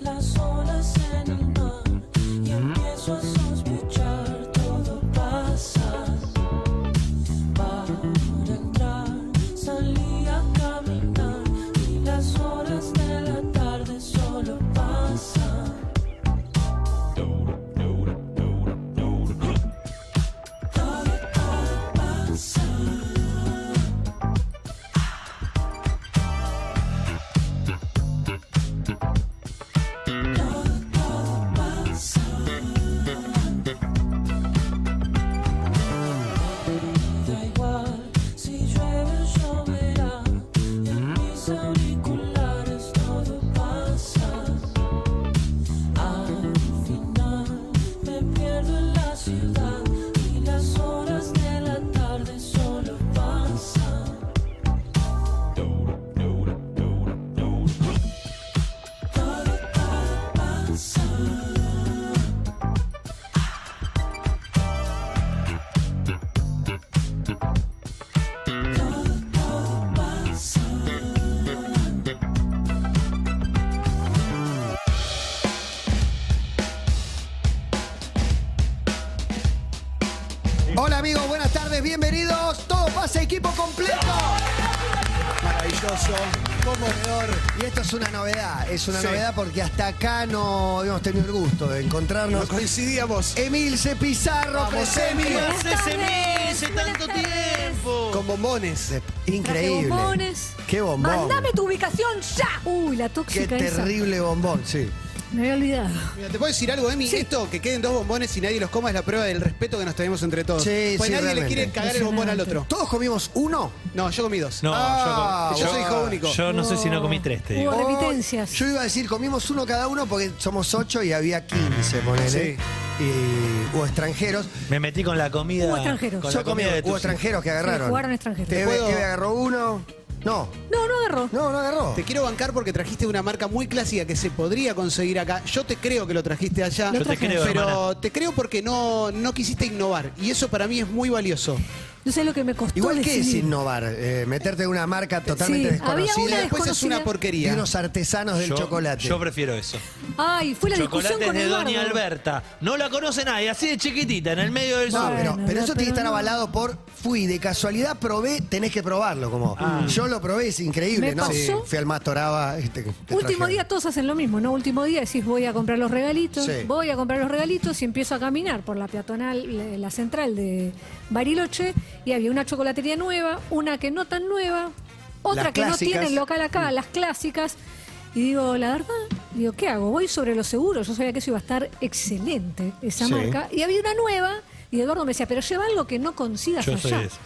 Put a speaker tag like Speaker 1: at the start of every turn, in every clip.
Speaker 1: Las olas en el mar y empiezo a sospechar todo pasa para entrar, salí a caminar y las horas de la tarde solo pasan. Todo, todo pasa. Da igual si llueve o lloverá, en mis auriculares todo pasa. Al final me pierdo en la ciudad y las horas de la tarde solo pasan. Todo, todo pasa.
Speaker 2: Hola amigos, buenas tardes, bienvenidos. Todo pasa equipo completo. Maravilloso, conmovedor. Y esto es una novedad, es una
Speaker 3: Sí.
Speaker 2: novedad porque hasta acá no habíamos tenido el gusto de encontrarnos.
Speaker 3: No coincidíamos.
Speaker 2: Emilce Pizarro, presente.
Speaker 3: Emi,
Speaker 4: Buenas
Speaker 3: hace
Speaker 4: tardes,
Speaker 3: meses, tanto
Speaker 4: buenas tardes.
Speaker 3: tiempo.
Speaker 2: Con bombones.
Speaker 4: Traje
Speaker 2: Increíble.
Speaker 4: bombones.
Speaker 2: Qué bombón.
Speaker 4: Mandame tu ubicación ya. Uy, la
Speaker 2: Qué
Speaker 4: tóxica esa.
Speaker 2: terrible bombón, sí.
Speaker 4: Me había olvidado.
Speaker 3: Mira, te puedo decir algo, Emi. Esto, que queden dos bombones y nadie los coma, es la prueba del respeto que nos tenemos entre todos.
Speaker 2: Sí,
Speaker 3: pues
Speaker 2: sí,
Speaker 3: nadie le
Speaker 2: realmente.
Speaker 3: quiere cagar el bombón al otro.
Speaker 2: ¿Todos comimos uno?
Speaker 3: No, yo comí dos.
Speaker 5: No,
Speaker 2: Ah,
Speaker 3: yo soy hijo único.
Speaker 5: yo, yo no sé si no comí tres, te digo.
Speaker 4: Hubo
Speaker 2: Oh,
Speaker 4: evidencias.
Speaker 2: Yo iba a decir, comimos uno cada uno porque somos ocho y había 15, ponele.
Speaker 3: Sí.
Speaker 2: Y, o extranjeros.
Speaker 5: Me metí con la comida.
Speaker 4: Hubo extranjeros.
Speaker 5: Con
Speaker 2: Yo
Speaker 5: la
Speaker 2: comí,
Speaker 5: comida de
Speaker 2: hubo
Speaker 5: tu
Speaker 2: extranjeros que agarraron.
Speaker 4: Sí, jugaron extranjeros.
Speaker 2: Eve,
Speaker 3: Te puedo-
Speaker 2: Eve agarró uno. No,
Speaker 4: No, no agarró.
Speaker 2: no, no agarró.
Speaker 3: Te quiero bancar porque trajiste una marca muy clásica que se podría conseguir acá. Yo te creo que lo trajiste allá.
Speaker 5: Yo te Lo traje. creo,
Speaker 3: Pero
Speaker 5: hermana.
Speaker 3: te creo porque no, no quisiste innovar. Y eso para mí es muy valioso.
Speaker 4: No sé lo que me costó.
Speaker 2: Igual que es
Speaker 4: decidir.
Speaker 2: innovar, eh, meterte en una marca totalmente
Speaker 4: Sí, había
Speaker 2: desconocida.
Speaker 4: una
Speaker 3: Después es
Speaker 4: desconocida.
Speaker 3: una
Speaker 2: y
Speaker 3: porquería.
Speaker 2: unos artesanos del
Speaker 5: Yo-
Speaker 2: chocolate.
Speaker 5: Yo prefiero eso.
Speaker 4: Ay, fue la discusión
Speaker 5: Chocolates
Speaker 4: con
Speaker 5: de
Speaker 4: Eduardo.
Speaker 5: Doña Alberta. No la conoce nadie, así de chiquitita, en el medio del
Speaker 2: No,
Speaker 5: sur.
Speaker 2: pero,
Speaker 4: Bueno,
Speaker 2: pero eso
Speaker 4: pero
Speaker 2: tiene que estar
Speaker 4: no.
Speaker 2: avalado por fui, de casualidad probé, tenés que probarlo. Como
Speaker 5: Ah.
Speaker 2: yo lo probé, es increíble,
Speaker 4: Me
Speaker 2: ¿no?
Speaker 4: pasó.
Speaker 2: Fui al Mastoraba. este, te
Speaker 4: Último
Speaker 2: trajeron.
Speaker 4: día todos hacen lo mismo, ¿no? Último día decís voy a comprar los regalitos,
Speaker 2: Sí.
Speaker 4: voy a comprar los regalitos y empiezo a caminar por la peatonal, la, la central de Bariloche y había una chocolatería nueva, una que no tan nueva, otra
Speaker 2: Las
Speaker 4: que no
Speaker 2: clásicas.
Speaker 4: tiene el local acá, las clásicas. Y digo, la verdad, digo, ¿qué hago? Voy sobre lo seguro, yo sabía que eso iba a estar excelente, esa
Speaker 2: Sí.
Speaker 4: marca. Y había una nueva y Eduardo me decía, pero lleva algo que no consigas
Speaker 5: Yo soy
Speaker 4: allá.
Speaker 5: de esos.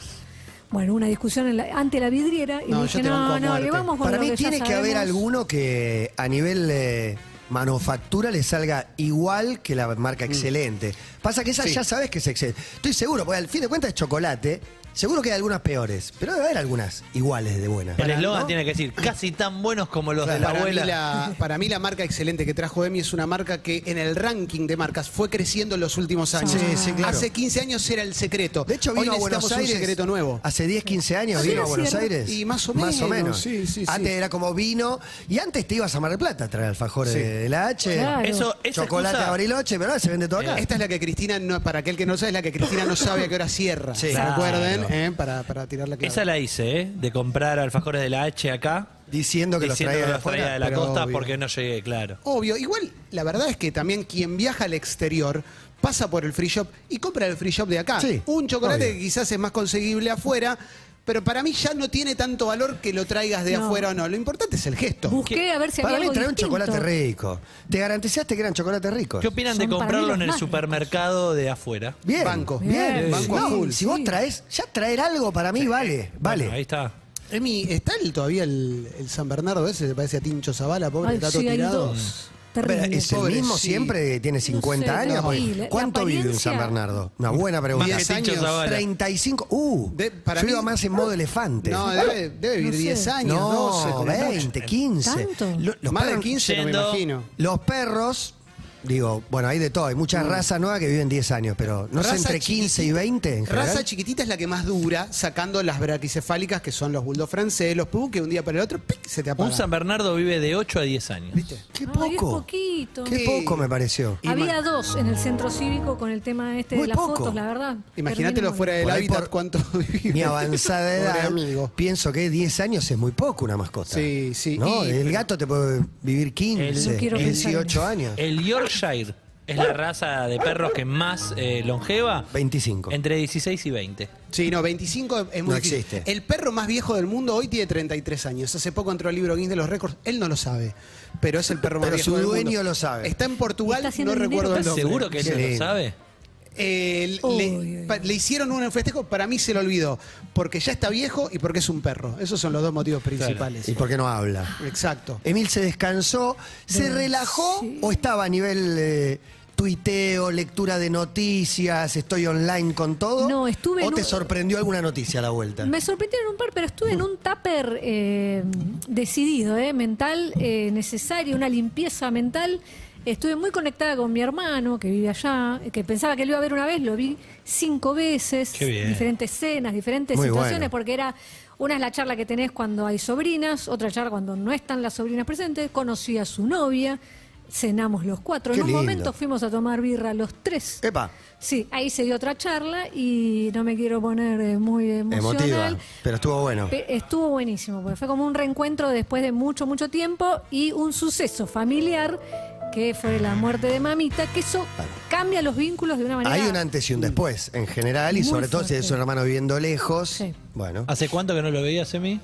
Speaker 4: Bueno, una discusión en la- ante la vidriera
Speaker 3: No,
Speaker 4: y le
Speaker 3: yo
Speaker 4: dije,
Speaker 3: te banco
Speaker 4: no,
Speaker 3: a
Speaker 4: no,
Speaker 3: muerte.
Speaker 4: le vamos con
Speaker 2: Para
Speaker 4: lo
Speaker 2: mí
Speaker 4: que ya
Speaker 2: tiene que haber
Speaker 4: sabemos".
Speaker 2: alguno que a nivel eh, manufactura le salga igual que la marca
Speaker 3: Mm.
Speaker 2: excelente. Pasa que esa ya sabes que es excelente. Estoy seguro, porque al fin de cuentas es chocolate. Seguro que hay algunas peores, pero debe haber algunas iguales de buenas.
Speaker 5: El eslogan
Speaker 2: ¿no?
Speaker 5: tiene que decir, casi tan buenos como los de la
Speaker 3: Para mí
Speaker 5: abuela.
Speaker 3: la, para mí la marca excelente que trajo Emi es una marca que en el ranking de marcas fue creciendo en los últimos años.
Speaker 2: Sí, sí, claro.
Speaker 3: Hace 15 años era el secreto.
Speaker 2: De hecho,
Speaker 3: Hoy
Speaker 2: vino a
Speaker 3: necesitamos
Speaker 2: Buenos Aires.
Speaker 3: un secreto nuevo.
Speaker 2: Hace 10, 15 años
Speaker 4: Ah, Sí,
Speaker 2: vino a
Speaker 4: es
Speaker 2: Buenos
Speaker 4: cierto.
Speaker 2: Aires.
Speaker 3: Y más o menos, sí, sí, sí.
Speaker 2: Antes era como vino. Y antes te ibas a Mar del Plata a traer alfajores
Speaker 3: Sí.
Speaker 2: de la H.
Speaker 4: Claro.
Speaker 5: Eso, esa
Speaker 2: Chocolate
Speaker 5: excusa-
Speaker 2: a Bariloche, pero ahora se vende todo acá.
Speaker 3: Esta es la que Cristina, no- para aquel que no sabe, es la que Cristina no sabe a qué hora cierra.
Speaker 2: Sí.
Speaker 3: ¿Se recuerden?
Speaker 2: Claro.
Speaker 3: ¿Eh? Para, para tirar la clave.
Speaker 5: Esa la hice, ¿eh? De comprar alfajores de la H acá.
Speaker 2: Diciendo que los
Speaker 5: diciendo
Speaker 2: traía
Speaker 5: que
Speaker 2: de
Speaker 5: los traía
Speaker 2: afuera,
Speaker 5: de la
Speaker 3: pero
Speaker 5: costa
Speaker 3: obvio.
Speaker 5: porque no llegué, claro.
Speaker 3: Obvio, igual la verdad es que también quien viaja al exterior pasa por el free shop y compra el free shop de acá.
Speaker 2: Sí,
Speaker 3: Un chocolate
Speaker 2: obvio.
Speaker 3: que quizás es más conseguible afuera, pero para mí ya no tiene tanto valor que lo traigas de
Speaker 4: No.
Speaker 3: afuera o no. Lo importante es el gesto.
Speaker 4: Busqué a ver si había
Speaker 2: Para mí
Speaker 4: algo
Speaker 2: trae un
Speaker 4: distinto.
Speaker 2: chocolate rico. Te garantizaste que eran chocolates ricos.
Speaker 5: ¿Qué opinan
Speaker 4: Son
Speaker 5: de comprarlo en el
Speaker 4: paralelos mágicos.
Speaker 5: supermercado de afuera?
Speaker 2: Bien.
Speaker 3: Banco.
Speaker 2: Bien.
Speaker 4: Bien.
Speaker 3: Banco a
Speaker 2: No,
Speaker 3: full.
Speaker 2: Si vos
Speaker 4: Sí.
Speaker 2: traes, ya traer algo para mí vale. Vale.
Speaker 5: Bueno, ahí está.
Speaker 3: Emi, ¿está el- todavía el, el San Bernardo ese? Se parece a Tincho Zavala, pobre,
Speaker 4: Ay,
Speaker 3: está todo
Speaker 4: sí, hay
Speaker 3: tirado.
Speaker 4: dos. terrible.
Speaker 2: Pero, ¿eh? ¿Es el
Speaker 3: Pobrecito.
Speaker 2: mismo siempre? ¿Tiene 50
Speaker 4: sé,
Speaker 2: años?
Speaker 4: terrible.
Speaker 2: Porque,
Speaker 4: La
Speaker 2: ¿Cuánto vive un
Speaker 4: apariencia-
Speaker 2: San Bernardo? Una buena pregunta.
Speaker 3: Más que
Speaker 2: 10
Speaker 3: Tincho
Speaker 2: años.
Speaker 5: Zavala.
Speaker 2: 35. Uh,
Speaker 3: De- para
Speaker 2: yo
Speaker 3: mí-
Speaker 2: iba más en modo elefante.
Speaker 3: No, debe, debe vivir
Speaker 4: No sé.
Speaker 3: 10 años,
Speaker 2: No,
Speaker 3: 12. como mucho.
Speaker 2: 20, 15.
Speaker 4: ¿Tanto?
Speaker 2: los
Speaker 3: Más de
Speaker 2: perros-
Speaker 3: 15 no me
Speaker 5: Yendo.
Speaker 3: imagino.
Speaker 2: Los perros, digo, bueno, hay de todo. Hay muchas razas nuevas que viven 10 años, pero no sé,
Speaker 3: Mm. Raza
Speaker 2: entre 15 y
Speaker 3: chiquitita-
Speaker 2: 20 en general.
Speaker 3: Raza chiquitita es la que más dura, sacando las braquicefálicas que son los bulldog francés, los pug, que un día para el otro ¡pic! se te apagan.
Speaker 5: Un San Bernardo vive de 8 a 10 años.
Speaker 3: ¿Viste?
Speaker 2: Qué
Speaker 4: Ay, es
Speaker 2: poco.
Speaker 4: poquito.
Speaker 2: Qué poco me pareció.
Speaker 3: Y
Speaker 4: Había
Speaker 3: ma-
Speaker 4: dos en el centro cívico con el tema este
Speaker 2: Muy
Speaker 4: de las
Speaker 2: poco.
Speaker 4: fotos, la verdad.
Speaker 3: Imagínatelo
Speaker 4: Perdí
Speaker 3: fuera del
Speaker 2: Por ahí
Speaker 3: hábitat
Speaker 2: por-
Speaker 3: cuánto vive.
Speaker 2: Mi avanzada
Speaker 3: Pobre
Speaker 2: edad,
Speaker 3: amigo.
Speaker 2: pienso que 10 años es muy poco una mascota.
Speaker 3: Sí, sí,
Speaker 2: No,
Speaker 3: y-
Speaker 2: el gato te puede vivir 15,
Speaker 5: El- No
Speaker 4: quiero pensar en
Speaker 2: 18
Speaker 4: eso.
Speaker 2: años.
Speaker 5: El Yorkshire es la raza de perros que más eh, longeva.
Speaker 2: 25.
Speaker 5: Entre 16 y 20.
Speaker 3: Sí, no, 25 es muy
Speaker 2: No
Speaker 3: difícil.
Speaker 2: existe.
Speaker 3: El perro más viejo del mundo hoy tiene 33 años. Hace poco entró al libro Guinness de los récords. Él no lo sabe, pero es el perro más
Speaker 2: Pero
Speaker 3: viejo
Speaker 2: su
Speaker 3: del mundo.
Speaker 2: dueño lo sabe.
Speaker 3: Está en Portugal,
Speaker 4: Está haciendo
Speaker 3: no
Speaker 4: dinero.
Speaker 3: recuerdo el
Speaker 5: ¿Estás
Speaker 3: nombre.
Speaker 5: seguro que él
Speaker 2: qué
Speaker 5: no lo
Speaker 2: lindo.
Speaker 5: sabe?
Speaker 3: Eh,
Speaker 4: Uy,
Speaker 3: le,
Speaker 4: uy, uy.
Speaker 3: pa- le hicieron un festejo, para mí se lo olvidó, porque ya está viejo y porque es un perro. Esos son los dos motivos principales.
Speaker 2: ¿Y por qué no habla?
Speaker 3: Exacto.
Speaker 2: Emil se descansó, se relajó
Speaker 4: sí.
Speaker 2: o estaba a nivel eh, tuiteo, lectura de noticias, estoy online con todo.
Speaker 4: No, estuve
Speaker 2: ¿O
Speaker 4: en
Speaker 2: te
Speaker 4: un-
Speaker 2: sorprendió alguna noticia a la vuelta?
Speaker 4: Me sorprendieron un par, pero estuve en un tupper eh, decidido, eh, mental, eh, necesario, una limpieza mental. Estuve muy conectada con mi hermano que vive allá, eh, que pensaba que lo iba a ver una vez, lo vi cinco veces,
Speaker 5: Qué bien.
Speaker 4: diferentes escenas, diferentes
Speaker 2: Muy
Speaker 4: situaciones,
Speaker 2: bueno.
Speaker 4: porque era una es la charla que tenés cuando hay sobrinas, otra charla cuando no están las sobrinas presentes, conocí a su novia, cenamos los cuatro,
Speaker 2: Qué
Speaker 4: en un
Speaker 2: lindo.
Speaker 4: momento fuimos a tomar birra los tres.
Speaker 2: Epa.
Speaker 4: Sí, ahí se dio otra charla y no me quiero poner eh, muy emocional.
Speaker 2: Emotiva, pero estuvo bueno.
Speaker 4: Pe- Estuvo buenísimo, porque fue como un reencuentro después de mucho, mucho tiempo y un suceso familiar que fue la muerte de mamita, que eso cambia los vínculos de una manera.
Speaker 2: Hay un antes y un después en general y
Speaker 4: Muy
Speaker 2: sobre todo si
Speaker 4: fuerte.
Speaker 2: es un hermano viviendo lejos.
Speaker 4: Sí.
Speaker 2: Bueno,
Speaker 5: ¿Hace cuánto que no lo veías, Emi?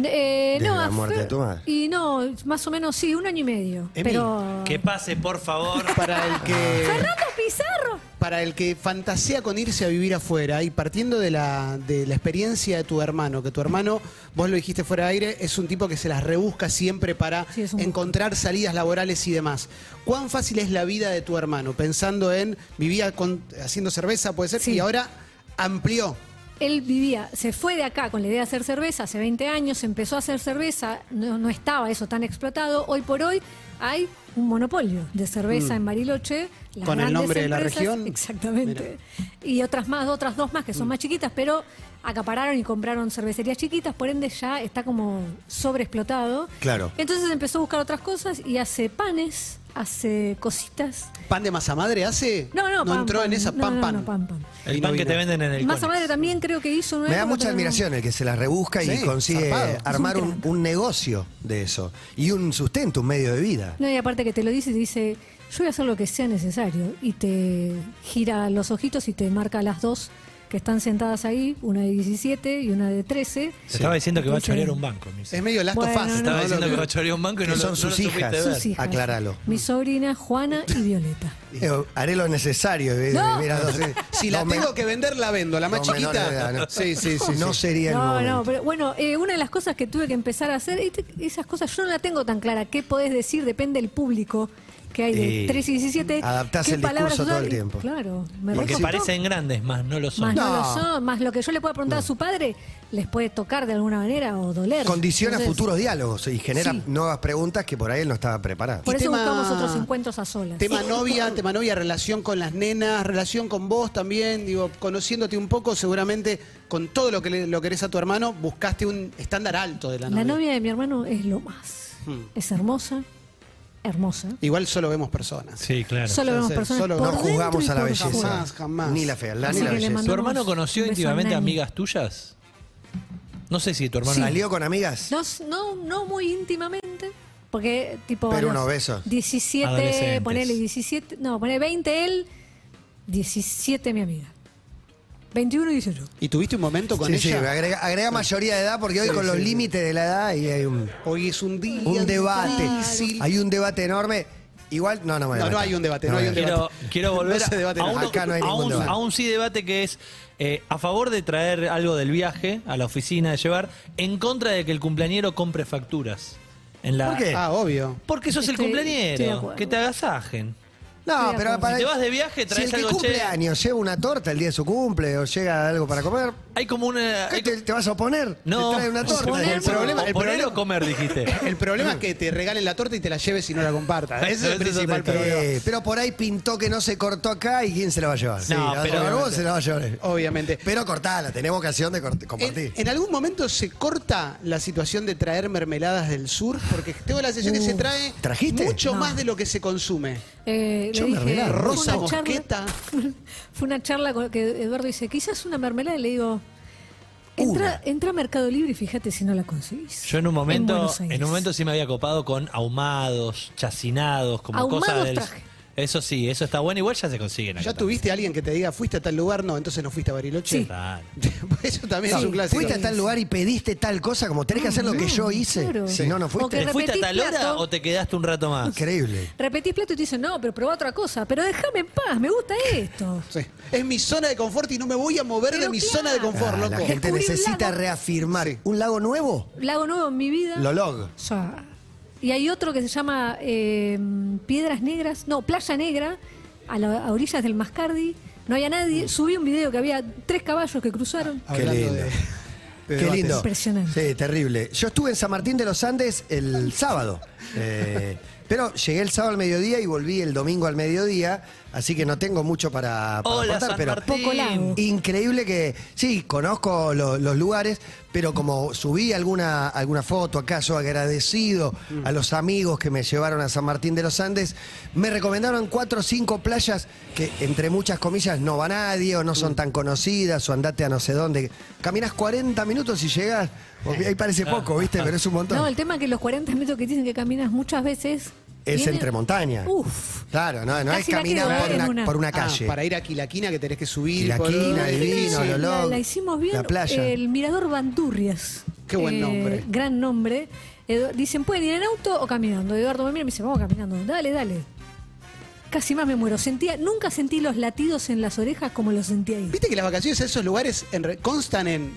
Speaker 4: Eh,
Speaker 2: Desde
Speaker 4: no,
Speaker 2: la
Speaker 4: a
Speaker 2: muerte de tu madre.
Speaker 4: Y no, más o menos sí, un año y medio.
Speaker 3: Emi,
Speaker 4: pero.
Speaker 5: Que pase, por favor.
Speaker 3: Para el que.
Speaker 4: ¡Fernando Pizarro!
Speaker 3: Para el que fantasea con irse a vivir afuera y partiendo de la, de la experiencia de tu hermano, que tu hermano, vos lo dijiste fuera de aire, es un tipo que se las rebusca siempre para
Speaker 4: Sí, es un gusto.
Speaker 3: encontrar salidas laborales y demás. ¿Cuán fácil es la vida de tu hermano? Pensando en, vivía con- haciendo cerveza, puede ser,
Speaker 4: Sí.
Speaker 3: y ahora amplió.
Speaker 4: Él vivía, se fue de acá con la idea de hacer cerveza hace 20 años, empezó a hacer cerveza, no, no estaba eso tan explotado. Hoy por hoy hay un monopolio de cerveza en Bariloche. las
Speaker 3: Mm. Con el
Speaker 4: grandes
Speaker 3: nombre de la
Speaker 4: empresas-
Speaker 3: región. Mm.
Speaker 4: Exactamente. Y otras más, otras dos más que son más chiquitas, pero acapararon y compraron cervecerías chiquitas, por ende ya está como sobreexplotado.
Speaker 2: Claro.
Speaker 4: Entonces empezó a buscar otras cosas y hace panes, hace cositas.
Speaker 3: ¿Pan de masa madre hace?
Speaker 4: No, no, pan,
Speaker 3: entró
Speaker 4: pan.
Speaker 3: en esa
Speaker 4: No,
Speaker 3: pan
Speaker 4: no,
Speaker 3: pan.
Speaker 4: no, pan, pan.
Speaker 5: El
Speaker 3: Vino,
Speaker 5: pan que
Speaker 3: vino.
Speaker 5: te venden en el
Speaker 4: Masa
Speaker 5: Conex.
Speaker 4: madre también creo que hizo una
Speaker 2: me da
Speaker 4: época,
Speaker 2: mucha
Speaker 4: pero no-
Speaker 2: admiración el que se la rebusca y
Speaker 3: Sí,
Speaker 2: consigue
Speaker 3: zarpado. Es
Speaker 2: armar
Speaker 4: un
Speaker 2: un,
Speaker 4: crack.
Speaker 2: un negocio de eso y un sustento, un medio de vida.
Speaker 4: No, y aparte que te lo dice y te dice, yo voy a hacer lo que sea necesario. Y te gira los ojitos y te marca las dos que están sentadas ahí, una de 17 y una de 13.
Speaker 5: Te estaba diciendo que va a
Speaker 4: Entonces-
Speaker 5: chorear un banco. me dice.
Speaker 3: Es medio last of
Speaker 4: Bueno,
Speaker 3: us,
Speaker 4: no,
Speaker 3: ¿no?
Speaker 5: Estaba
Speaker 3: Lo
Speaker 5: diciendo
Speaker 3: que-
Speaker 5: que va a chorear un banco y no
Speaker 2: Que
Speaker 5: lo,
Speaker 2: son
Speaker 5: no
Speaker 2: sus
Speaker 5: lo supiste
Speaker 2: hijas.
Speaker 5: ver.
Speaker 4: Sus hijas.
Speaker 2: Acláralo.
Speaker 4: Mi sobrina Juana y Violeta.
Speaker 2: Eh, haré lo necesario. eh,
Speaker 4: No.
Speaker 2: mira, dos-
Speaker 3: Si la
Speaker 2: dos men-
Speaker 3: tengo que vender, la vendo. La más
Speaker 2: dos menores
Speaker 3: chiquita.
Speaker 2: de edad, ¿no?
Speaker 3: Sí, sí, sí.
Speaker 2: No
Speaker 3: sí.
Speaker 2: sería el
Speaker 4: No,
Speaker 2: momento.
Speaker 4: no, pero bueno, eh, una de las cosas que tuve que empezar a hacer, este- esas cosas yo no la tengo tan clara. ¿Qué podés decir? Depende del público que hay de
Speaker 2: Y
Speaker 4: 13 y 17.
Speaker 2: adaptás
Speaker 4: ¿Qué
Speaker 2: el
Speaker 4: palabras
Speaker 2: discurso todo
Speaker 4: usar?
Speaker 2: el
Speaker 4: Y-
Speaker 2: tiempo.
Speaker 4: Claro, me
Speaker 5: Porque
Speaker 4: recostó.
Speaker 5: parecen grandes, más no lo son.
Speaker 4: Más no,
Speaker 2: No.
Speaker 4: lo son, más lo que yo le pueda preguntar a su padre, les puede tocar de alguna manera o doler.
Speaker 2: Condiciona
Speaker 4: Entonces,
Speaker 2: futuros diálogos y genera
Speaker 4: Sí.
Speaker 2: nuevas preguntas que por ahí él no estaba preparado.
Speaker 4: Por
Speaker 3: Y
Speaker 4: eso
Speaker 3: tema-
Speaker 4: buscamos otros encuentros a solas.
Speaker 3: Tema novia, tema novia, relación con las nenas, relación con vos también, digo, conociéndote un poco, seguramente con todo lo que le- lo querés a tu hermano, buscaste un estándar alto de la novia.
Speaker 4: La novia de mi hermano es lo más. Es hermosa, hermosa.
Speaker 3: Igual solo vemos personas.
Speaker 5: Sí, claro.
Speaker 4: Solo
Speaker 3: ya
Speaker 4: vemos
Speaker 3: sé,
Speaker 4: personas.
Speaker 3: solo
Speaker 4: por
Speaker 2: no
Speaker 4: dentro
Speaker 2: juzgamos
Speaker 4: y
Speaker 2: a la
Speaker 4: por
Speaker 2: belleza.
Speaker 4: fuera.
Speaker 3: Jamás, jamás.
Speaker 2: Ni la fealdad,
Speaker 4: Así
Speaker 2: ni la
Speaker 4: que le
Speaker 2: belleza.
Speaker 4: mando-
Speaker 5: ¿Tu hermano conoció
Speaker 4: Un beso
Speaker 5: íntimamente
Speaker 4: a
Speaker 5: a
Speaker 4: Nani.
Speaker 5: amigas tuyas? No sé si tu hermano.
Speaker 2: ¿Salió con amigas?
Speaker 4: No, s- no, no muy íntimamente, porque tipo.
Speaker 2: Pero
Speaker 4: a los
Speaker 2: unos besos.
Speaker 4: 17,
Speaker 5: Adolescentes.
Speaker 4: ponele 17, no, ponele 20 él, 17 mi amiga. 21 y 18.
Speaker 3: ¿Y tuviste un momento con
Speaker 2: Sí, sí,
Speaker 3: ella?
Speaker 2: agrega, agrega mayoría de edad porque hoy con los límites de la edad y hay un,
Speaker 3: Hoy es un día
Speaker 2: un debate.
Speaker 3: difícil.
Speaker 2: Hay un debate enorme. Igual, no, no, me voy a
Speaker 3: No, no
Speaker 2: meter.
Speaker 3: hay un debate, no
Speaker 2: me
Speaker 3: hay un
Speaker 2: voy a
Speaker 3: debate.
Speaker 5: Quiero, quiero volver
Speaker 3: No se debate
Speaker 5: a,
Speaker 3: nada.
Speaker 5: uno-
Speaker 2: Acá no hay
Speaker 5: a
Speaker 2: ningún
Speaker 5: un,
Speaker 2: debate.
Speaker 5: a un sí debate que es eh, a favor de traer algo del viaje a la oficina, de llevar, en contra de que el cumpleañero compre facturas. En la,
Speaker 2: ¿Por qué?
Speaker 3: Ah, obvio.
Speaker 5: Porque sos
Speaker 4: Estoy-
Speaker 5: el
Speaker 4: estoy de
Speaker 5: cumpleañero.
Speaker 4: acuerdo.
Speaker 5: Que te agasajen.
Speaker 2: No,
Speaker 4: Estoy de
Speaker 2: pero
Speaker 4: acuerdo.
Speaker 2: para
Speaker 5: Si te vas de viaje,
Speaker 2: Si el
Speaker 5: traes
Speaker 2: que
Speaker 5: algo,
Speaker 2: cumple
Speaker 5: che.
Speaker 2: años lleva una torta el día de su cumple o llega algo para comer,
Speaker 5: Hay como una.
Speaker 2: ¿qué
Speaker 5: hay
Speaker 2: te, te vas a oponer?
Speaker 5: No.
Speaker 2: Te trae una torta.
Speaker 4: Oponer,
Speaker 2: El problema-
Speaker 5: como-
Speaker 3: el
Speaker 5: ¿Poner
Speaker 3: problema-
Speaker 5: o comer, dijiste?
Speaker 3: El problema
Speaker 2: Ah.
Speaker 3: es que te regalen la torta y te la lleves y no la compartas. Ese es el
Speaker 5: Ese es otro
Speaker 3: principal
Speaker 5: tema.
Speaker 3: problema.
Speaker 2: Eh, pero por ahí pintó que no se cortó acá y quién se la va a llevar. Sí, la va a
Speaker 5: pero-
Speaker 2: llevar vos, se la va a llevar.
Speaker 3: Obviamente.
Speaker 2: Pero cortala, tenemos ocasión de cort- compartir.
Speaker 3: ¿En, en algún momento se corta la situación de traer mermeladas del sur? Porque tengo la sensación que se trae
Speaker 2: ¿trajiste?
Speaker 3: mucho
Speaker 4: No.
Speaker 3: más de lo que se consume.
Speaker 4: Eh,
Speaker 2: Yo
Speaker 4: le
Speaker 2: me
Speaker 4: dije,
Speaker 2: arreglaba.
Speaker 4: fue
Speaker 3: Rosa
Speaker 4: una charla-
Speaker 3: Mosqueta.
Speaker 4: Fue una charla con- que Eduardo dice, quizás una mermelada, y le digo,
Speaker 2: Una.
Speaker 4: entra, entra a Mercado Libre y fíjate si no la conseguís.
Speaker 5: Yo en un momento,
Speaker 4: Buenos
Speaker 5: en,
Speaker 4: Aires.
Speaker 5: un momento sí me había copado con ahumados, chacinados, como
Speaker 4: Ahumados
Speaker 5: cosas del.
Speaker 4: traje.
Speaker 5: Eso sí, eso está bueno, igual ya se consiguen acá
Speaker 3: ¿Ya
Speaker 5: también.
Speaker 3: tuviste a alguien que te diga fuiste a tal lugar? No, entonces no fuiste a Bariloche.
Speaker 4: Sí.
Speaker 5: Claro.
Speaker 3: Eso también es
Speaker 2: No,
Speaker 3: un clásico.
Speaker 2: Fuiste a tal lugar y pediste tal cosa, como tenés que hacer lo que yo hice.
Speaker 4: claro.
Speaker 2: Si no, no
Speaker 4: O que
Speaker 2: fuiste.
Speaker 5: ¿Te fuiste a
Speaker 4: repetís
Speaker 5: tal hora
Speaker 4: plato.
Speaker 5: o te quedaste un rato más?
Speaker 2: Increíble.
Speaker 4: Repetís plato y te dicen, no, pero probá otra cosa, pero déjame en paz, me gusta esto.
Speaker 3: Sí. Es mi zona de confort y no me voy a mover de
Speaker 4: Pero
Speaker 3: mi
Speaker 4: claro.
Speaker 3: zona de confort,
Speaker 2: Ah,
Speaker 3: loco.
Speaker 2: la gente
Speaker 4: Descubrí un
Speaker 2: necesita
Speaker 4: lago.
Speaker 2: reafirmar.
Speaker 3: Sí.
Speaker 2: ¿Un lago nuevo?
Speaker 4: Lago Nuevo en mi vida.
Speaker 2: Lolog.
Speaker 4: O sea, y hay otro que se llama eh, Piedras Negras, no, Playa Negra, a, la- a orillas del Mascardi. No había
Speaker 2: Mm.
Speaker 4: nadie. Subí un video que había tres caballos que cruzaron.
Speaker 2: Qué
Speaker 3: Hablando
Speaker 2: lindo.
Speaker 3: de- de
Speaker 2: Qué
Speaker 3: debates.
Speaker 2: lindo.
Speaker 4: Impresionante.
Speaker 2: Sí, terrible. Yo estuve en San Martín de los Andes el sábado. eh, pero llegué el sábado al mediodía y volví el domingo al mediodía, así que no tengo mucho para, para
Speaker 5: Hola,
Speaker 2: contar,
Speaker 5: San
Speaker 2: pero
Speaker 5: Martín.
Speaker 4: Poco lago.
Speaker 2: increíble que sí, conozco lo- los lugares, pero como subí alguna alguna foto acaso agradecido a los amigos que me llevaron a San Martín de los Andes, me recomendaron cuatro o cinco playas que entre muchas comillas no va nadie o no son tan conocidas o andate a no sé dónde. Caminas 40 minutos y llegas, ahí parece poco, ¿viste? Pero es un montón.
Speaker 4: No, el tema es que los 40 metros que dicen que caminas muchas veces.
Speaker 2: Es
Speaker 4: vienen-
Speaker 2: entre montaña.
Speaker 4: Uf.
Speaker 2: Claro, no, no
Speaker 4: Casi
Speaker 2: es
Speaker 4: la quiero
Speaker 2: caminar
Speaker 4: ver
Speaker 2: por
Speaker 4: en
Speaker 2: una,
Speaker 4: una.
Speaker 2: por una
Speaker 3: Ah,
Speaker 2: calle.
Speaker 3: para ir a Quilaquina que tenés que subir.
Speaker 2: Quilaquina,
Speaker 3: por-
Speaker 2: divino,
Speaker 3: Sí.
Speaker 2: lo-
Speaker 4: la-
Speaker 2: Loló,
Speaker 4: la, hicimos bien.
Speaker 2: la playa.
Speaker 4: El Mirador Bandurrias. Eh,
Speaker 3: Qué buen nombre.
Speaker 4: Gran nombre. Edu- dicen, ¿pueden ir en auto o caminando? Eduardo me mira y me dice, vamos caminando. Dale, dale. Casi más me muero. Sentía, nunca sentí los latidos en las orejas como los sentí ahí.
Speaker 3: Viste que las vacaciones a esos lugares en re- constan en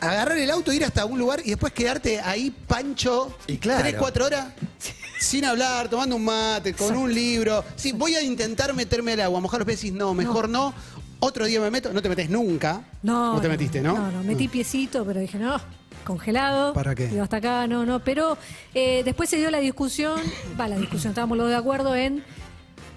Speaker 3: agarrar el auto, ir hasta un lugar y después quedarte ahí pancho
Speaker 2: Y claro.
Speaker 3: tres, cuatro horas sin hablar, tomando un mate, con un libro. Sí, voy a intentar meterme al agua, mojar los pies y decís, no, mejor no. Otro día me meto, no te metes nunca.
Speaker 4: No.
Speaker 3: No te metiste, ¿no? Mm.
Speaker 4: No, metí piecito, pero dije, no, congelado.
Speaker 3: ¿Para qué?
Speaker 4: Digo, hasta acá, no, no. Pero eh, después se dio la discusión, va, la discusión, estábamos los dos de acuerdo en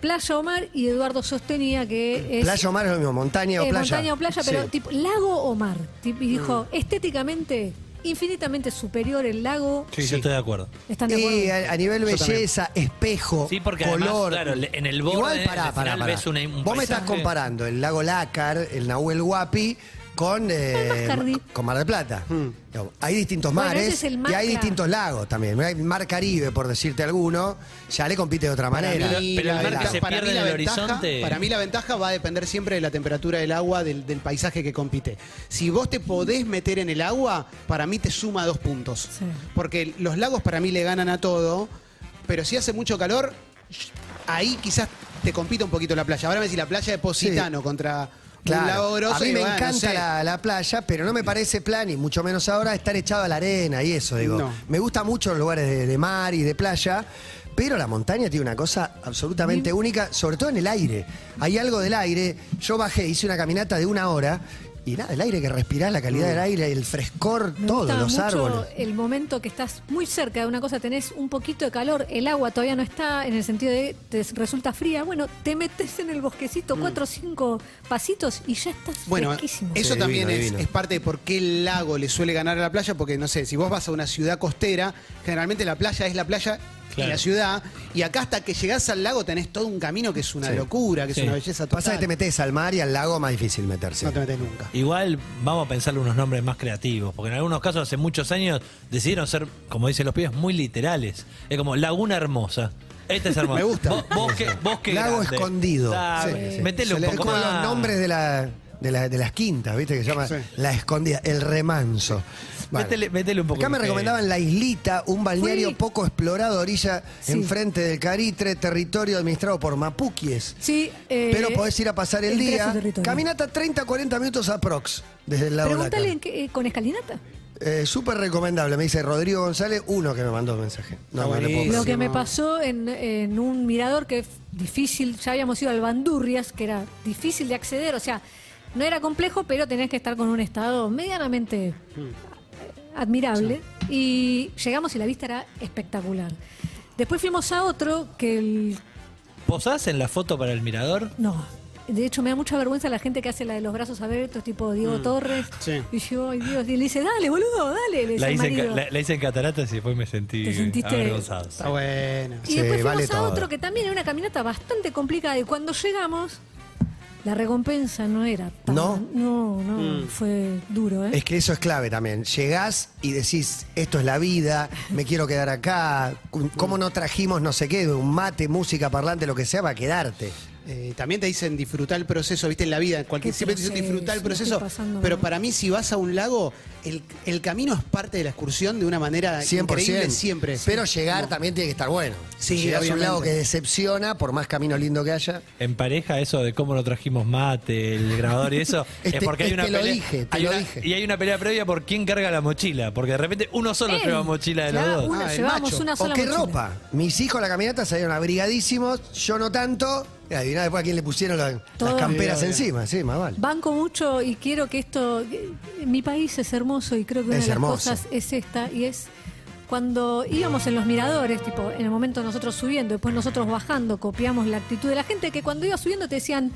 Speaker 4: Playa Omar y Eduardo sostenía que es.
Speaker 2: Playa o mar es lo mismo, montaña o
Speaker 4: eh,
Speaker 2: playa.
Speaker 4: montaña o playa, pero
Speaker 2: Sí.
Speaker 4: tipo lago o mar. Tip- y dijo,
Speaker 3: Mm.
Speaker 4: estéticamente, infinitamente superior el lago.
Speaker 5: Sí, yo estoy de acuerdo.
Speaker 4: ¿Están de acuerdo?
Speaker 2: Y a, a nivel
Speaker 3: Yo también.
Speaker 2: belleza, espejo,
Speaker 5: Sí, porque además,
Speaker 2: color.
Speaker 5: claro, le- en el borde,
Speaker 2: Igual,
Speaker 5: al
Speaker 2: pará, pará,
Speaker 5: final
Speaker 2: pará.
Speaker 5: ves un- un
Speaker 2: Vos me estás
Speaker 5: paisaje.
Speaker 2: comparando el lago Lácar, el Nahuel Guapi, con, eh,
Speaker 4: Mascardi.
Speaker 2: ma- con Mar del Plata.
Speaker 5: Hmm.
Speaker 2: Digamos, Hay distintos
Speaker 4: Bueno,
Speaker 2: mares
Speaker 4: ese es el mar,
Speaker 2: y hay
Speaker 4: claro.
Speaker 2: distintos lagos también. Hay Mar Caribe, por decirte alguno, ya le compite de otra manera.
Speaker 5: mí- Pero el
Speaker 3: la
Speaker 5: mar que
Speaker 3: ventaja-
Speaker 5: se
Speaker 3: para
Speaker 5: pierde
Speaker 3: mí la
Speaker 5: en el
Speaker 3: ventaja-
Speaker 5: horizonte-
Speaker 3: Para mí la ventaja va a depender siempre de la temperatura del agua, del, del paisaje que compite. Si vos te podés meter en el agua, para mí te suma dos puntos.
Speaker 4: Sí.
Speaker 3: Porque los lagos para mí le ganan a todo, pero si hace mucho calor, ahí quizás te compita un poquito la playa. Ahora me decís la playa de Positano contra un lago
Speaker 2: Claro.
Speaker 3: grosso.
Speaker 2: A mí
Speaker 3: y
Speaker 2: me
Speaker 3: bueno, no
Speaker 2: encanta
Speaker 3: sé.
Speaker 2: la, la playa, pero no me parece plan, y mucho menos ahora, estar echado a la arena y eso, digo.
Speaker 3: No.
Speaker 2: Me gustan mucho los lugares de, de mar y de playa, pero la montaña tiene una cosa absolutamente única, sobre todo en el aire. Hay algo del aire. Yo bajé, hice una caminata de una hora, y nada, el aire que respirás, la
Speaker 3: Mm.
Speaker 2: calidad del aire, el frescor,
Speaker 4: Me
Speaker 2: todo,
Speaker 4: gustaba
Speaker 2: los
Speaker 4: mucho
Speaker 2: árboles.
Speaker 4: El momento que estás muy cerca de una cosa, tenés un poquito de calor, el agua todavía no está en el sentido de te resulta fría. Bueno, te metes en el bosquecito
Speaker 2: Mm.
Speaker 4: cuatro o cinco pasitos y ya estás
Speaker 3: Bueno,
Speaker 4: fresquísimo.
Speaker 3: eso
Speaker 2: Sí,
Speaker 3: también
Speaker 2: divino,
Speaker 3: es,
Speaker 2: divino.
Speaker 3: es parte de por qué el lago le suele ganar a la playa, porque no sé, si vos vas a una ciudad costera, generalmente la playa es la playa y
Speaker 5: Claro.
Speaker 3: la ciudad, y acá hasta que llegás al lago tenés todo un camino que es una
Speaker 2: Sí.
Speaker 3: locura, que
Speaker 5: Sí.
Speaker 3: es una belleza total.
Speaker 2: Pasa que te metes al mar y al lago, más difícil meterse.
Speaker 3: No te metes nunca.
Speaker 5: Igual vamos a pensarle unos nombres más creativos, porque en algunos casos hace muchos años decidieron ser, como dicen los pibes, muy literales. Es como Laguna Hermosa. Este es hermoso.
Speaker 3: Me gusta.
Speaker 5: Bo- bosque, bosque
Speaker 2: Lago
Speaker 5: grande.
Speaker 2: escondido.
Speaker 5: Dale,
Speaker 3: Sí, sí.
Speaker 5: Metele un
Speaker 2: Es
Speaker 5: poco
Speaker 2: como
Speaker 5: más.
Speaker 2: los nombres de, la- de la- de las quintas, ¿viste? Que se llama
Speaker 3: Sí.
Speaker 2: La Escondida, El Remanso. Bueno.
Speaker 5: Métele- métele un poco
Speaker 2: Acá me
Speaker 5: de-
Speaker 2: recomendaban La Islita, un balneario
Speaker 4: Fui.
Speaker 2: poco explorado, orilla
Speaker 4: Sí.
Speaker 2: enfrente del Caritre, territorio administrado por mapuquies.
Speaker 4: Sí, eh,
Speaker 2: Pero podés ir a pasar el
Speaker 4: entré a su
Speaker 2: día.
Speaker 4: territorio.
Speaker 2: Caminata 30, 40 minutos aprox desde el lado
Speaker 4: Pregúntale en qué- eh, con escalinata.
Speaker 2: Eh, Súper recomendable, me dice Rodrigo González, uno que me mandó un mensaje. No, no le puedo
Speaker 3: buenísimo.
Speaker 4: Lo
Speaker 2: creer.
Speaker 4: que me pasó en, en un mirador que es difícil, ya habíamos ido al Bandurrias, que era difícil de acceder, o sea, no era complejo, pero tenías que estar con un estado medianamente admirable. Y llegamos y la vista era espectacular. Después fuimos a otro que el
Speaker 5: ¿Posás en la foto para el mirador?
Speaker 4: no. De hecho, me da mucha vergüenza la gente que hace la de los brazos abiertos, tipo Diego Torres.
Speaker 3: Sí.
Speaker 4: Y yo, ay Dios, y le dice, dale, boludo, dale. Le dice
Speaker 5: La
Speaker 4: al
Speaker 5: hice, en,
Speaker 4: marido.
Speaker 5: ca- la, la hice en cataratas y después me sentí
Speaker 4: Te sentiste-
Speaker 5: avergonzado.
Speaker 3: Está bueno.
Speaker 4: Y
Speaker 2: Sí,
Speaker 4: después fuimos
Speaker 2: vale
Speaker 4: a
Speaker 2: todo.
Speaker 4: otro que también era una caminata bastante complicada. Y cuando llegamos, la recompensa no era tan.
Speaker 2: ¿No?
Speaker 4: no, no, fue duro, ¿eh?
Speaker 2: Es que eso es clave también. Llegás y decís, esto es la vida, me quiero quedar acá, cómo no trajimos no sé qué, un mate, música, parlante, lo que sea, para quedarte.
Speaker 3: Eh, también te dicen disfrutar el proceso, viste, en la vida, en cualquier,
Speaker 4: ¿Qué
Speaker 3: siempre te dicen
Speaker 4: proceso?
Speaker 3: disfrutar el
Speaker 4: No estoy
Speaker 3: proceso,
Speaker 4: pasando
Speaker 3: pero
Speaker 4: mal.
Speaker 3: para mí si vas a un lago, el, el camino es parte de la excursión de una manera
Speaker 2: 100%.
Speaker 3: Ah, increíble siempre.
Speaker 2: Pero llegar también tiene que estar bueno.
Speaker 3: Sí,
Speaker 2: Si Llegás a un
Speaker 3: obviamente.
Speaker 2: lado que decepciona, por más camino lindo que haya.
Speaker 5: En pareja, eso de cómo no trajimos mate, el grabador y eso,
Speaker 2: Este-
Speaker 5: es porque hay una
Speaker 2: este lo
Speaker 5: pelea.
Speaker 2: dije, te
Speaker 5: hay
Speaker 2: lo
Speaker 5: una-
Speaker 2: dije.
Speaker 5: Y hay una pelea previa por quién carga la mochila, porque de repente uno solo
Speaker 4: Él.
Speaker 5: lleva mochila de los
Speaker 4: Claro,
Speaker 5: dos.
Speaker 4: uno-
Speaker 3: Ah, el
Speaker 4: llevábamos
Speaker 3: macho.
Speaker 4: una
Speaker 2: ¿O
Speaker 4: sola
Speaker 2: qué
Speaker 4: mochila.
Speaker 2: ropa? Mis hijos a la caminata salieron abrigadísimos, yo no tanto. Y adiviná después a quién le pusieron la- las
Speaker 4: Todo.
Speaker 2: camperas
Speaker 3: Mira, mira.
Speaker 2: encima, sí, más vale.
Speaker 4: Banco mucho y quiero que esto. Mi país es hermoso y creo que una
Speaker 2: Es
Speaker 4: de las
Speaker 2: hermoso.
Speaker 4: cosas es esta y es cuando íbamos en los miradores, tipo en el momento nosotros subiendo, después nosotros bajando, copiamos la actitud de la gente que cuando iba subiendo te decían,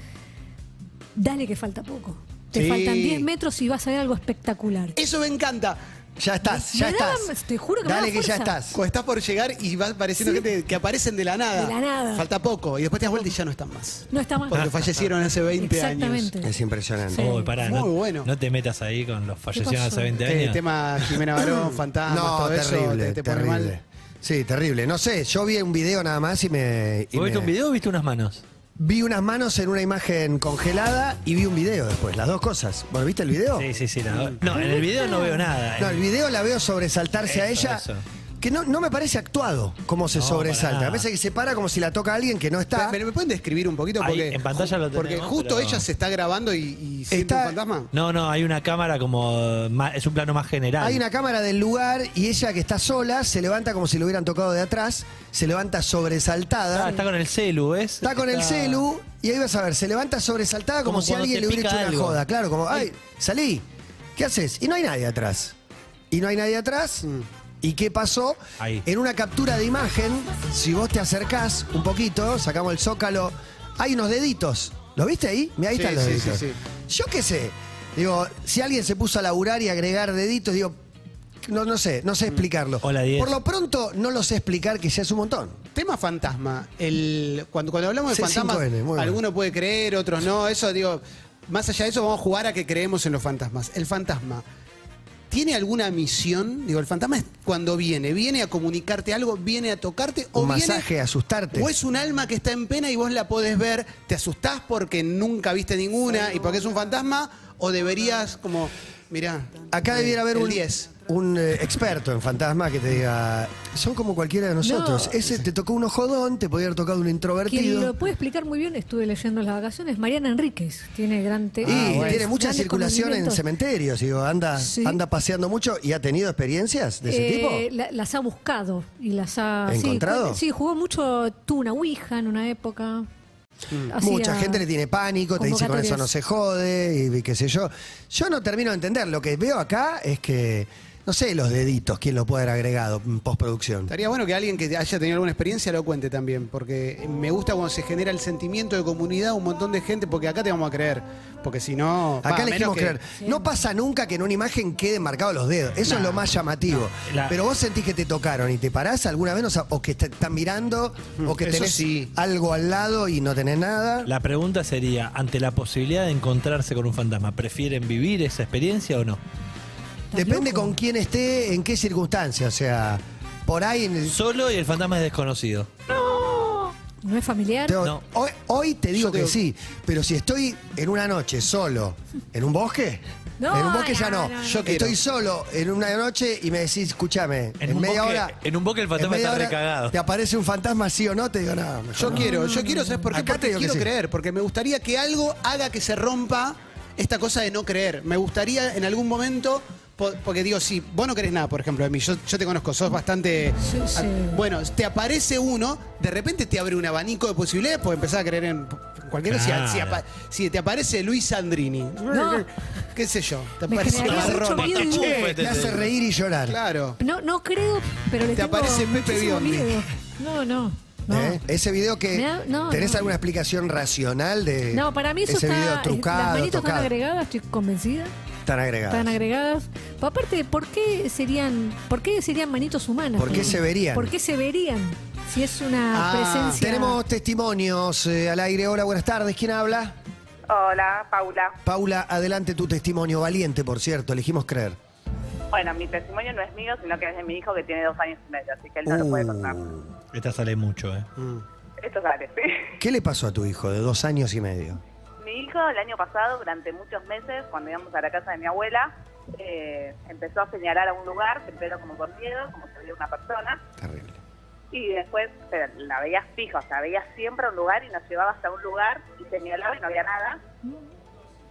Speaker 4: dale que falta poco. Te
Speaker 3: Sí.
Speaker 4: faltan 10 metros y vas a ver algo espectacular.
Speaker 3: Eso me encanta.
Speaker 2: Ya estás,
Speaker 4: Me
Speaker 2: ya
Speaker 4: daba-
Speaker 2: estás.
Speaker 4: te juro que me
Speaker 2: Dale
Speaker 4: daba
Speaker 2: que ya
Speaker 4: fuerza.
Speaker 2: estás.
Speaker 3: Cuando estás por llegar y vas apareciendo gente que aparecen de la nada.
Speaker 4: De la nada.
Speaker 3: Falta poco. Y después te das vuelta y ya no están más.
Speaker 4: No está mal.
Speaker 3: Porque
Speaker 5: Ah.
Speaker 3: fallecieron hace 20
Speaker 4: Exactamente.
Speaker 3: años.
Speaker 2: Es impresionante.
Speaker 4: Sí.
Speaker 5: Uy, pará,
Speaker 3: Muy
Speaker 5: no,
Speaker 3: bueno.
Speaker 5: no te metas ahí con los fallecidos
Speaker 4: pasó?
Speaker 5: hace 20
Speaker 2: Eh,
Speaker 3: Te-
Speaker 5: años.
Speaker 3: Eh, tema Jimena Barón,
Speaker 5: Ah,
Speaker 3: fantasma,
Speaker 2: No,
Speaker 3: todo eso.
Speaker 2: terrible,
Speaker 3: Te, te pone
Speaker 2: terrible.
Speaker 3: mal.
Speaker 2: Sí, terrible. No sé, yo vi un video nada más y me. y
Speaker 5: ¿Vos viste
Speaker 2: me-
Speaker 5: un video o viste unas manos?
Speaker 2: Vi unas manos en una imagen congelada y vi un video después, las dos cosas. ¿Bueno, viste el video?
Speaker 5: Sí, sí, sí. la- no, en el video no veo nada.
Speaker 2: No, el video la veo sobresaltarse a
Speaker 5: Eso,
Speaker 2: ella.
Speaker 5: eso.
Speaker 2: Que no, no me parece actuado como se
Speaker 5: No, para
Speaker 2: sobresalta.
Speaker 5: nada.
Speaker 2: Me parece que se para como si la toca a alguien que no está.
Speaker 3: ¿Me, me pueden describir un poquito?
Speaker 5: Ahí,
Speaker 3: Porque,
Speaker 5: en pantalla lo
Speaker 3: Porque
Speaker 5: tenemos,
Speaker 3: justo
Speaker 5: pero-
Speaker 3: ella se está grabando y, y siente
Speaker 2: Está-
Speaker 3: un fantasma.
Speaker 5: No, no, hay una cámara como. ma- es un plano más general.
Speaker 2: Hay una cámara del lugar y ella que está sola se levanta como si lo hubieran tocado de atrás, se levanta sobresaltada.
Speaker 5: Ah, está con el celu, ¿ves?
Speaker 2: Está con el celu y ahí vas a ver, se levanta sobresaltada como,
Speaker 5: Como
Speaker 2: si
Speaker 5: cuando
Speaker 2: alguien
Speaker 5: te
Speaker 2: le hubiera
Speaker 5: pica
Speaker 2: hecho
Speaker 5: algo.
Speaker 2: una joda. Claro, como, ay, salí, ¿qué haces? Y no hay nadie atrás. Y no hay nadie atrás. ¿Y qué pasó?
Speaker 5: Ahí.
Speaker 2: En una captura de imagen, si vos te acercás un poquito, sacamos el zócalo, hay unos deditos. ¿Lo viste ahí? Mirá, ahí
Speaker 3: Sí,
Speaker 2: están los
Speaker 3: sí,
Speaker 2: deditos.
Speaker 3: sí,
Speaker 2: Yo qué sé. Digo, si alguien se puso a laburar y agregar deditos, digo, no, no sé, no sé explicarlo.
Speaker 5: Mm. Hola, diez.
Speaker 2: Por lo pronto, no lo sé explicar, que ya es un montón.
Speaker 3: Tema fantasma. El, cuando, cuando hablamos de
Speaker 2: C5N,
Speaker 3: fantasmas,
Speaker 2: muy bueno.
Speaker 3: algunos puede creer, otros no. Eso, digo, más allá de eso, vamos a jugar a que creemos en los fantasmas. El fantasma. ¿Tiene alguna misión? Digo, el fantasma es cuando viene. ¿Viene a comunicarte algo? ¿Viene a tocarte? ¿O
Speaker 2: Un
Speaker 3: viene-
Speaker 2: masaje, asustarte.
Speaker 3: O es un alma que está en pena y vos la podés ver. ¿Te asustás porque nunca viste ninguna y porque es un fantasma? ¿O deberías, como, mirá.
Speaker 2: Acá
Speaker 3: eh,
Speaker 2: debiera haber
Speaker 3: el
Speaker 2: un,
Speaker 3: 10.
Speaker 2: un, eh, experto en fantasmas que te diga, son como cualquiera de nosotros. Ese te tocó un ojodón, te podía haber tocado un
Speaker 4: Quien lo
Speaker 2: introvertido.
Speaker 4: puede explicar muy bien, estuve leyendo en las vacaciones, Mariana Enríquez. Tiene gran te-
Speaker 2: Y tiene mucha
Speaker 4: grandes
Speaker 2: circulación en
Speaker 4: conocimientos.
Speaker 2: cementerios, digo, anda,
Speaker 4: Sí.
Speaker 2: anda paseando mucho y ha tenido experiencias de ese
Speaker 4: Eh,
Speaker 2: tipo.
Speaker 4: la- las ha buscado y las ha sí,
Speaker 2: ¿Encontrado?
Speaker 4: cu- Sí, jugó mucho, tuvo una Ouija en una época. Hacía-
Speaker 2: Mm. Mucha gente le tiene pánico, te dice con eso
Speaker 4: convocatorias.
Speaker 2: no se jode, y, qué sé yo. Yo no termino de entender. Lo que veo acá es que, no sé, los deditos, quién lo puede haber agregado en postproducción.
Speaker 3: Estaría bueno que alguien que haya tenido alguna experiencia lo cuente también, porque me gusta cuando se genera el sentimiento de comunidad, un montón de gente, porque acá te vamos a creer, porque si no... va,
Speaker 2: Acá
Speaker 3: a menos
Speaker 2: elegimos
Speaker 3: que-
Speaker 2: creer. No pasa nunca que en una imagen queden marcados los dedos. Eso es lo más llamativo.
Speaker 5: La-
Speaker 2: Pero vos sentís que te tocaron y te parás alguna vez, o, sea, o que te están mirando, o que
Speaker 3: Eso
Speaker 2: tenés
Speaker 3: sí.
Speaker 2: algo al lado y no tenés nada.
Speaker 5: La pregunta sería: ante la posibilidad de encontrarse con un fantasma, ¿prefieren vivir esa experiencia o no?
Speaker 2: Depende
Speaker 4: loco?
Speaker 2: con quién esté, en qué circunstancia. O sea, por ahí. en el-
Speaker 5: Solo y el fantasma es desconocido.
Speaker 4: ¿No es familiar?
Speaker 2: te-
Speaker 5: No.
Speaker 2: hoy, hoy te digo
Speaker 3: Yo
Speaker 2: que
Speaker 3: creo-
Speaker 2: sí, pero si estoy en una noche solo, en un bosque.
Speaker 4: No,
Speaker 2: en un bosque ya
Speaker 4: no,
Speaker 2: no.
Speaker 4: no, no.
Speaker 3: Yo quiero.
Speaker 2: estoy solo en una noche y me decís, escúchame, en,
Speaker 5: En un
Speaker 2: media
Speaker 5: bosque-
Speaker 2: hora.
Speaker 5: en un bosque el fantasma
Speaker 2: media
Speaker 5: está
Speaker 2: hora
Speaker 5: recagado.
Speaker 2: Te aparece un fantasma, sí o no, te digo nada. mejor
Speaker 3: Yo
Speaker 2: no.
Speaker 3: quiero, yo quiero, ¿sabes por qué?
Speaker 2: Acá te
Speaker 3: Porque
Speaker 2: digo que
Speaker 3: quiero
Speaker 2: sí.
Speaker 3: creer, porque me gustaría que algo haga que se rompa esta cosa de no creer. Me gustaría en algún momento po- porque digo, si vos no querés nada, por ejemplo, de mí, yo, yo te conozco, sos bastante.
Speaker 4: Sí, sí.
Speaker 3: a- Bueno, te aparece uno, de repente te abre un abanico de posibilidades, pues empezás a creer en cualquier. si a- Si,
Speaker 5: Claro.
Speaker 3: apa- si te aparece Luis Sandrini,
Speaker 4: No.
Speaker 3: qué sé yo, te
Speaker 4: Me
Speaker 3: aparece
Speaker 4: generaría
Speaker 3: Navarro,
Speaker 4: mucho miedo.
Speaker 2: Me hace reír y llorar.
Speaker 3: Claro.
Speaker 4: No, no creo, pero le
Speaker 3: Te
Speaker 4: tengo
Speaker 3: aparece Pepe
Speaker 4: muchísimo
Speaker 3: Biondi.
Speaker 4: miedo. No, no. No.
Speaker 2: ¿Eh? Ese video que.
Speaker 4: Me da- no,
Speaker 2: ¿Tenés
Speaker 4: no.
Speaker 2: alguna explicación racional de
Speaker 4: No, para mí eso
Speaker 2: ese
Speaker 4: está.
Speaker 2: video
Speaker 4: las
Speaker 2: trucado,
Speaker 4: manitos están
Speaker 2: tocado?
Speaker 4: agregadas, estoy convencida.
Speaker 2: Están agregadas.
Speaker 4: Están agregadas. Pero aparte, ¿por qué serían, por qué serían manitos humanas?
Speaker 2: ¿Por qué se verían?
Speaker 4: ¿Por qué se verían? Si es una
Speaker 3: Ah,
Speaker 4: presencia.
Speaker 2: Tenemos testimonios eh, al aire. Hola, buenas tardes. ¿Quién habla?
Speaker 6: Hola, Paula.
Speaker 2: Paula, adelante tu testimonio. Valiente, por cierto. Elegimos creer.
Speaker 6: Bueno, mi testimonio no es mío, sino que es de mi hijo que tiene dos años y medio, así que él no lo puede contar.
Speaker 2: Uh,
Speaker 5: Esta sale mucho, ¿eh?
Speaker 6: Esto sale, sí.
Speaker 2: ¿Qué le pasó a tu hijo de dos años y medio?
Speaker 6: Mi hijo el año pasado, durante muchos meses, cuando íbamos a la casa de mi abuela, eh, empezó a señalar a un lugar, primero como con miedo, como que veía una persona,
Speaker 2: Terrible.
Speaker 6: y después pero la veías fija, o sea, veías siempre a un lugar y nos llevaba hasta un lugar y señalaba y no había nada.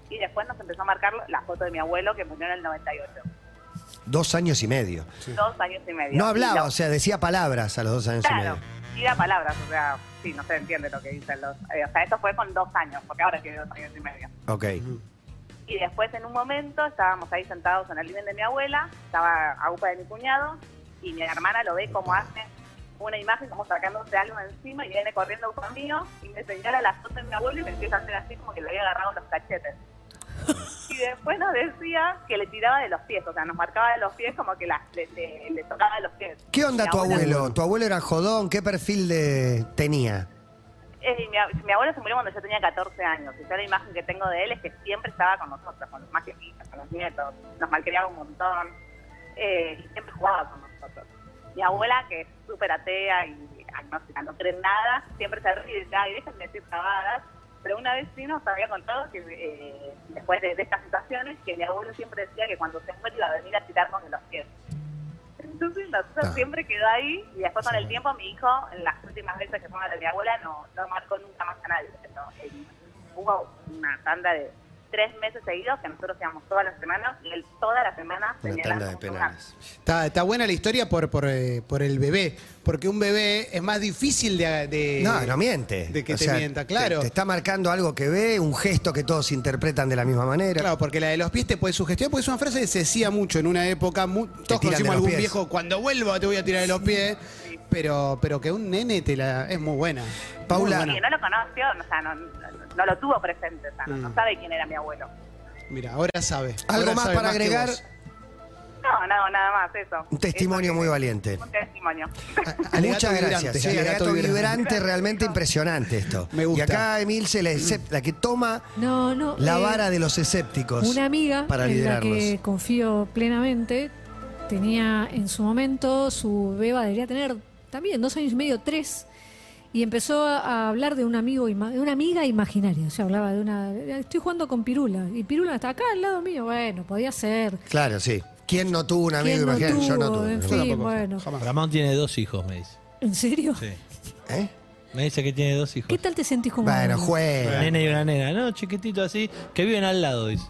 Speaker 6: Y después nos empezó a marcar la foto de mi abuelo que murió en el 98,
Speaker 2: Dos años y medio.
Speaker 6: dos años y medio.
Speaker 2: No
Speaker 6: Y
Speaker 2: hablaba,
Speaker 6: la-
Speaker 2: o sea, decía palabras a los dos años y
Speaker 6: Claro,
Speaker 2: medio.
Speaker 6: y da palabras, o sea, sí, no se entiende lo que dicen los... eh, o sea, esto fue con dos años, porque ahora tiene dos años y medio.
Speaker 2: Ok.
Speaker 6: Y después en un momento estábamos ahí sentados en el living de mi abuela, estaba a upa de mi cuñado, y mi hermana lo ve como hace una imagen, como sacándose algo de encima, y viene corriendo a upa mío, y me señala la foto de mi abuelo y me empieza a hacer así como que le había agarrado los cachetes. Y después nos decía que le tiraba de los pies, o sea, nos marcaba de los pies como que la- le, le- le tocaba de los pies.
Speaker 2: ¿Qué onda
Speaker 6: Mi
Speaker 2: tu
Speaker 6: abuela-
Speaker 2: abuelo? ¿Tu abuelo era jodón? ¿Qué perfil de tenía?
Speaker 6: Eh, mi, ab- mi abuelo se murió cuando yo tenía 14 años. Y yo la imagen que tengo de él es que siempre estaba con nosotros, con los más chiquitos, con los nietos. Nos malcriaba un montón. eh, y siempre jugaba con nosotros. Mi abuela, que es súper atea y agnóstica, no cree en nada, siempre se ríe ya, y dejan de decir pavadas. Pero una vez sí nos había contado que eh, después de, de estas situaciones, que mi abuelo siempre decía que cuando se muere iba a venir a tirarnos de los pies. Entonces la cosa
Speaker 2: Claro.
Speaker 6: siempre quedó ahí y después con el tiempo mi hijo, en las últimas veces que fue a la de mi abuela, no, no marcó nunca más a nadie. No, él- hubo una tanda de tres meses seguidos que nosotros íbamos todas las semanas y él toda la semana
Speaker 2: Una
Speaker 6: señalando
Speaker 2: tanda de
Speaker 6: un lugar.
Speaker 2: penales.
Speaker 3: Está, está buena la historia por, por, eh, por el bebé, porque un bebé es más difícil de... de-
Speaker 2: No, no miente.
Speaker 3: De que
Speaker 2: O
Speaker 3: te
Speaker 2: sea,
Speaker 3: mienta, claro.
Speaker 2: Te, te está marcando algo que ve, un gesto que todos interpretan de la misma manera.
Speaker 3: Claro, porque la de los pies te puede sugestionar, porque es una frase que se decía mucho en una época. mu-
Speaker 2: tiran
Speaker 3: todos
Speaker 2: de
Speaker 3: conocimos
Speaker 2: los
Speaker 3: algún
Speaker 2: pies.
Speaker 3: viejo, cuando vuelva te voy a tirar de los pies. Pero, pero que un nene te la. es muy buena.
Speaker 2: Paula.
Speaker 3: Muy
Speaker 6: Y
Speaker 3: buena.
Speaker 6: no lo conoció, o sea, no, no- no lo tuvo presente, o sea, no,
Speaker 2: Mm.
Speaker 6: no sabe quién era mi abuelo.
Speaker 3: Mira, ahora sabe.
Speaker 2: Algo
Speaker 3: Ahora
Speaker 2: más
Speaker 3: sabe
Speaker 2: para
Speaker 3: que
Speaker 2: agregar.
Speaker 3: vos.
Speaker 6: No, no, nada más, eso.
Speaker 2: Un testimonio
Speaker 6: Eso,
Speaker 2: muy valiente.
Speaker 6: Un testimonio.
Speaker 2: Muchas
Speaker 3: Alegato
Speaker 2: gracias.
Speaker 3: vibrante,
Speaker 2: Sí,
Speaker 3: alegato
Speaker 2: alegato
Speaker 3: vibrante.
Speaker 2: vibrante, realmente impresionante esto.
Speaker 3: Me
Speaker 2: Y
Speaker 3: gusta.
Speaker 2: acá Emilce, la, excep- la que toma
Speaker 4: No, no.
Speaker 2: la
Speaker 4: eh,
Speaker 2: vara de los escépticos.
Speaker 4: Una amiga
Speaker 2: para
Speaker 4: en la
Speaker 2: liderarlos.
Speaker 4: que confío plenamente tenía en su momento, su beba debería tener también dos años y medio, tres, y empezó a, a hablar de un amigo, ima- de una amiga imaginaria. O sea, hablaba de una. Estoy jugando con Pirula, y Pirula está acá al lado mío. Bueno, podía ser.
Speaker 2: Claro, sí. ¿Quién no tuvo un amigo
Speaker 4: ¿Quién no
Speaker 2: imaginario? Yo no
Speaker 4: tuvo?
Speaker 2: tuve.
Speaker 4: En
Speaker 3: Yo
Speaker 4: Sí,
Speaker 3: tampoco,
Speaker 4: bueno.
Speaker 3: jamás.
Speaker 5: Ramón tiene dos hijos, me dice.
Speaker 4: ¿En serio?
Speaker 5: Sí.
Speaker 2: ¿Eh?
Speaker 5: Me dice que tiene dos hijos.
Speaker 4: ¿Qué tal te sentís como.?
Speaker 2: Bueno,
Speaker 4: abuelo?
Speaker 5: Una
Speaker 2: juega.
Speaker 5: nena y una nena, ¿no? Chiquitito así, que viven al lado, dice.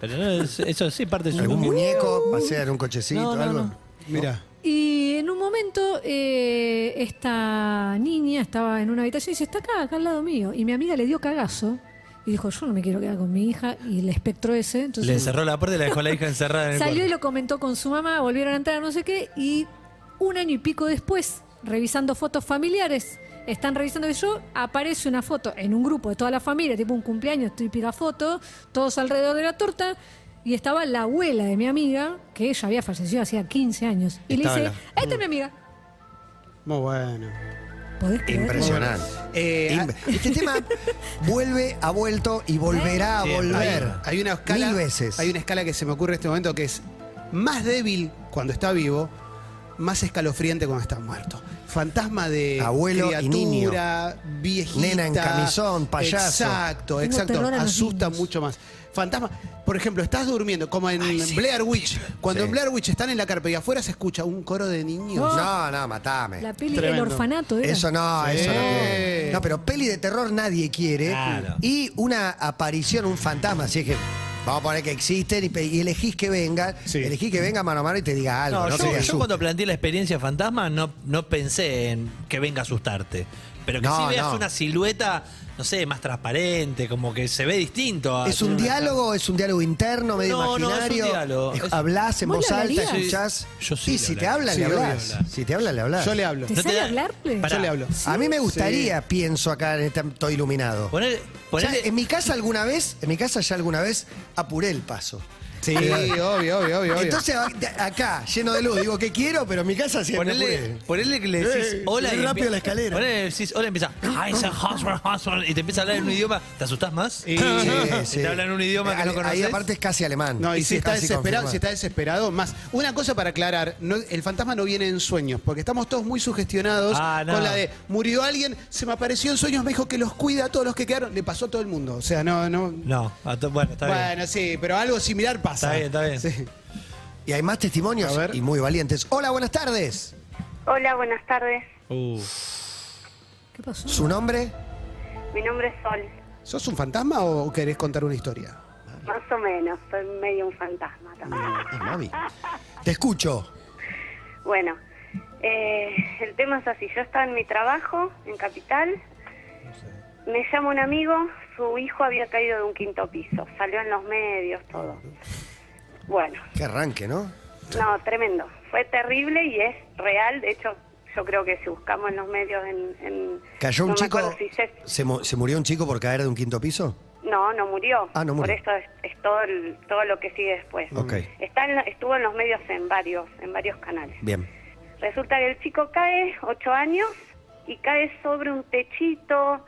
Speaker 5: Pero no, es- eso sí parte de su
Speaker 2: ¿Algún
Speaker 5: familia.
Speaker 2: muñeco?
Speaker 4: Uh.
Speaker 2: ¿Va a ser un cochecito?
Speaker 5: No, no,
Speaker 2: algo?
Speaker 5: no.
Speaker 3: Mira.
Speaker 4: Y en un momento eh, esta niña estaba en una habitación y dice, está acá, acá al lado mío. Y mi amiga le dio cagazo y dijo, yo no me quiero quedar con mi hija y el espectro ese.
Speaker 5: Le
Speaker 4: Entonces
Speaker 5: cerró la puerta y la dejó a la hija encerrada en el
Speaker 4: salió y
Speaker 5: cuarto.
Speaker 4: lo comentó con su mamá, volvieron a entrar, no sé qué. Y un año y pico después, revisando fotos familiares, están revisando que yo, aparece una foto en un grupo de toda la familia, tipo un cumpleaños, típica foto, todos alrededor de la torta. Y estaba la abuela de mi amiga, que ella había fallecido hacía 15 años. Y
Speaker 2: Estaba
Speaker 4: le dice,
Speaker 2: la-
Speaker 4: esta es mi amiga.
Speaker 3: Muy bueno.
Speaker 4: ¿Podés creer?
Speaker 2: Impresionante.
Speaker 3: Eh,
Speaker 2: Im- Este tema vuelve, ha vuelto y volverá a
Speaker 5: Siempre.
Speaker 2: volver.
Speaker 3: Hay una escala.
Speaker 2: Mil veces.
Speaker 3: Hay una escala que se me ocurre en este momento que es más débil cuando está vivo, más escalofriante cuando está muerto. Fantasma de
Speaker 2: Abuelo y
Speaker 3: criatura, viejita.
Speaker 2: Nena en camisón, payaso.
Speaker 3: Exacto,
Speaker 4: Tengo
Speaker 3: exacto.
Speaker 4: terror a los
Speaker 3: Asusta
Speaker 4: niños.
Speaker 3: mucho más. Fantasma, por ejemplo, estás durmiendo, como en Blair Witch. Cuando
Speaker 2: Sí.
Speaker 3: en Blair Witch están en la carpa y afuera se escucha un coro de niños.
Speaker 2: No, no, matame.
Speaker 4: La peli El
Speaker 3: Tremendo.
Speaker 4: orfanato era.
Speaker 2: Eso no,
Speaker 3: Sí.
Speaker 2: eso no. quiero. No, pero peli de terror nadie quiere.
Speaker 5: Claro.
Speaker 2: Y una aparición, un fantasma, así es que Vamos a poner que existen y, pe- y elegís que venga.
Speaker 3: Sí.
Speaker 2: Elegís que venga mano a mano y te diga algo.
Speaker 5: No,
Speaker 2: No,
Speaker 5: yo,
Speaker 2: te
Speaker 5: yo
Speaker 2: asuste.
Speaker 5: cuando planteé la experiencia fantasma no, no pensé en que venga a asustarte. Pero que
Speaker 2: No,
Speaker 5: sí veas
Speaker 2: no.
Speaker 5: una silueta, no sé, más transparente, como que se ve distinto. a-
Speaker 2: ¿Es un diálogo? ¿Es un diálogo interno, medio
Speaker 5: No, no, es un
Speaker 2: imaginario?
Speaker 5: diálogo.
Speaker 2: Es-
Speaker 5: Es-
Speaker 2: Hablás en
Speaker 4: ¿Vos
Speaker 2: voz
Speaker 4: le
Speaker 2: alta,
Speaker 4: hablarías?
Speaker 2: escuchás.
Speaker 5: Yo sí
Speaker 2: Y
Speaker 5: le
Speaker 2: si te
Speaker 5: hablaría.
Speaker 2: hablan,
Speaker 3: Sí,
Speaker 2: le
Speaker 3: yo le
Speaker 2: hablas.
Speaker 3: hablo.
Speaker 2: Si te hablan, le hablas.
Speaker 3: Yo le hablo.
Speaker 4: ¿Te
Speaker 5: No te
Speaker 4: sale
Speaker 5: da-
Speaker 4: hablar, pues? Ple?
Speaker 5: Pará.
Speaker 3: Yo le hablo.
Speaker 2: A mí me gustaría, pienso acá, en este- estoy iluminado.
Speaker 5: Poner,
Speaker 2: Ya, en mi casa alguna vez, en mi casa ya alguna vez apuré el paso. Eh,
Speaker 3: Sí, obvio, obio, obvio, obvio.
Speaker 2: Entonces a- de- acá, lleno de luz, digo que quiero, pero en mi casa siempre
Speaker 5: Ponele,
Speaker 2: apuré.
Speaker 5: ponele que le decís
Speaker 2: Eh,
Speaker 5: hola
Speaker 2: muy
Speaker 5: y
Speaker 2: rápido
Speaker 5: empie-
Speaker 2: la escalera.
Speaker 5: Ponele que le decís hola y empieza "Hi, sir, husband, husband", y te empieza a hablar en un idioma, ¿te asustás más?
Speaker 3: Y-
Speaker 5: Si
Speaker 2: Sí, sí.
Speaker 5: te hablan en un idioma que
Speaker 2: Ahí-
Speaker 5: no conoces.
Speaker 2: Ahí aparte es casi alemán.
Speaker 3: No, y, si está
Speaker 2: casi
Speaker 3: desesperado,
Speaker 2: confirmado.
Speaker 3: si está desesperado, más. Una cosa para aclarar, no- el fantasma no viene en sueños, porque estamos todos muy sugestionados
Speaker 5: Ah, no.
Speaker 3: con la de murió alguien, se me apareció en sueños, me dijo que los cuida a todos los que quedaron, le pasó a todo el mundo. O sea, no, no.
Speaker 5: No, a to- bueno, está
Speaker 3: bueno,
Speaker 5: bien.
Speaker 3: sí, pero algo similar pasa.
Speaker 5: Está bien, está bien.
Speaker 3: Sí.
Speaker 2: Y hay más testimonios
Speaker 3: A ver.
Speaker 2: y muy valientes. Hola, buenas tardes.
Speaker 7: Hola, buenas tardes.
Speaker 5: Uh,
Speaker 4: ¿Qué pasó?
Speaker 2: ¿Su nombre?
Speaker 7: Mi nombre es Sol,
Speaker 3: ¿Sos un fantasma o querés contar una historia?
Speaker 7: más o menos. Soy medio un fantasma también.
Speaker 2: Es Mavi. Te escucho.
Speaker 7: Bueno, eh, el tema es así. Yo estaba en mi trabajo, en Capital. Me llama un amigo, su hijo había caído de un quinto piso. Salió en los medios, todo. Bueno,
Speaker 2: Que arranque, ¿no?
Speaker 7: No, tremendo. Fue terrible y es real. De hecho, yo creo que si buscamos en los medios en... en-
Speaker 2: Cayó un
Speaker 7: no me
Speaker 2: chico.
Speaker 7: acuerdo si se-
Speaker 2: se, mu- se murió un chico por caer de un quinto piso?
Speaker 7: No, no murió.
Speaker 2: Ah, no murió.
Speaker 7: Por eso es, es todo el- todo lo que sigue después.
Speaker 2: Ok.
Speaker 7: Está en la- estuvo en los medios en varios, en varios canales.
Speaker 2: Bien.
Speaker 7: Resulta que el chico cae, ocho años, y cae sobre un techito,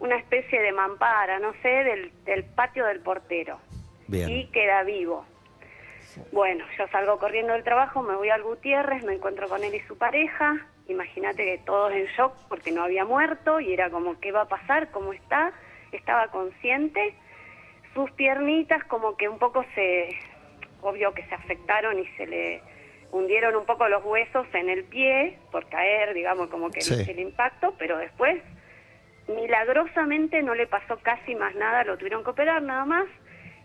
Speaker 7: una especie de mampara, no sé, del, del patio del portero.
Speaker 2: Bien.
Speaker 7: Y queda vivo. Bueno, yo salgo corriendo del trabajo, me voy al Gutiérrez, me encuentro con él y su pareja. Imagínate que todos en shock porque no había muerto y era como, ¿qué va a pasar? ¿Cómo está? Estaba consciente. Sus piernitas como que un poco se, obvio que se afectaron y se le hundieron un poco los huesos en el pie por caer, digamos, como que
Speaker 2: Sí.
Speaker 7: el- el impacto, pero después milagrosamente no le pasó casi más nada, lo tuvieron que operar nada más,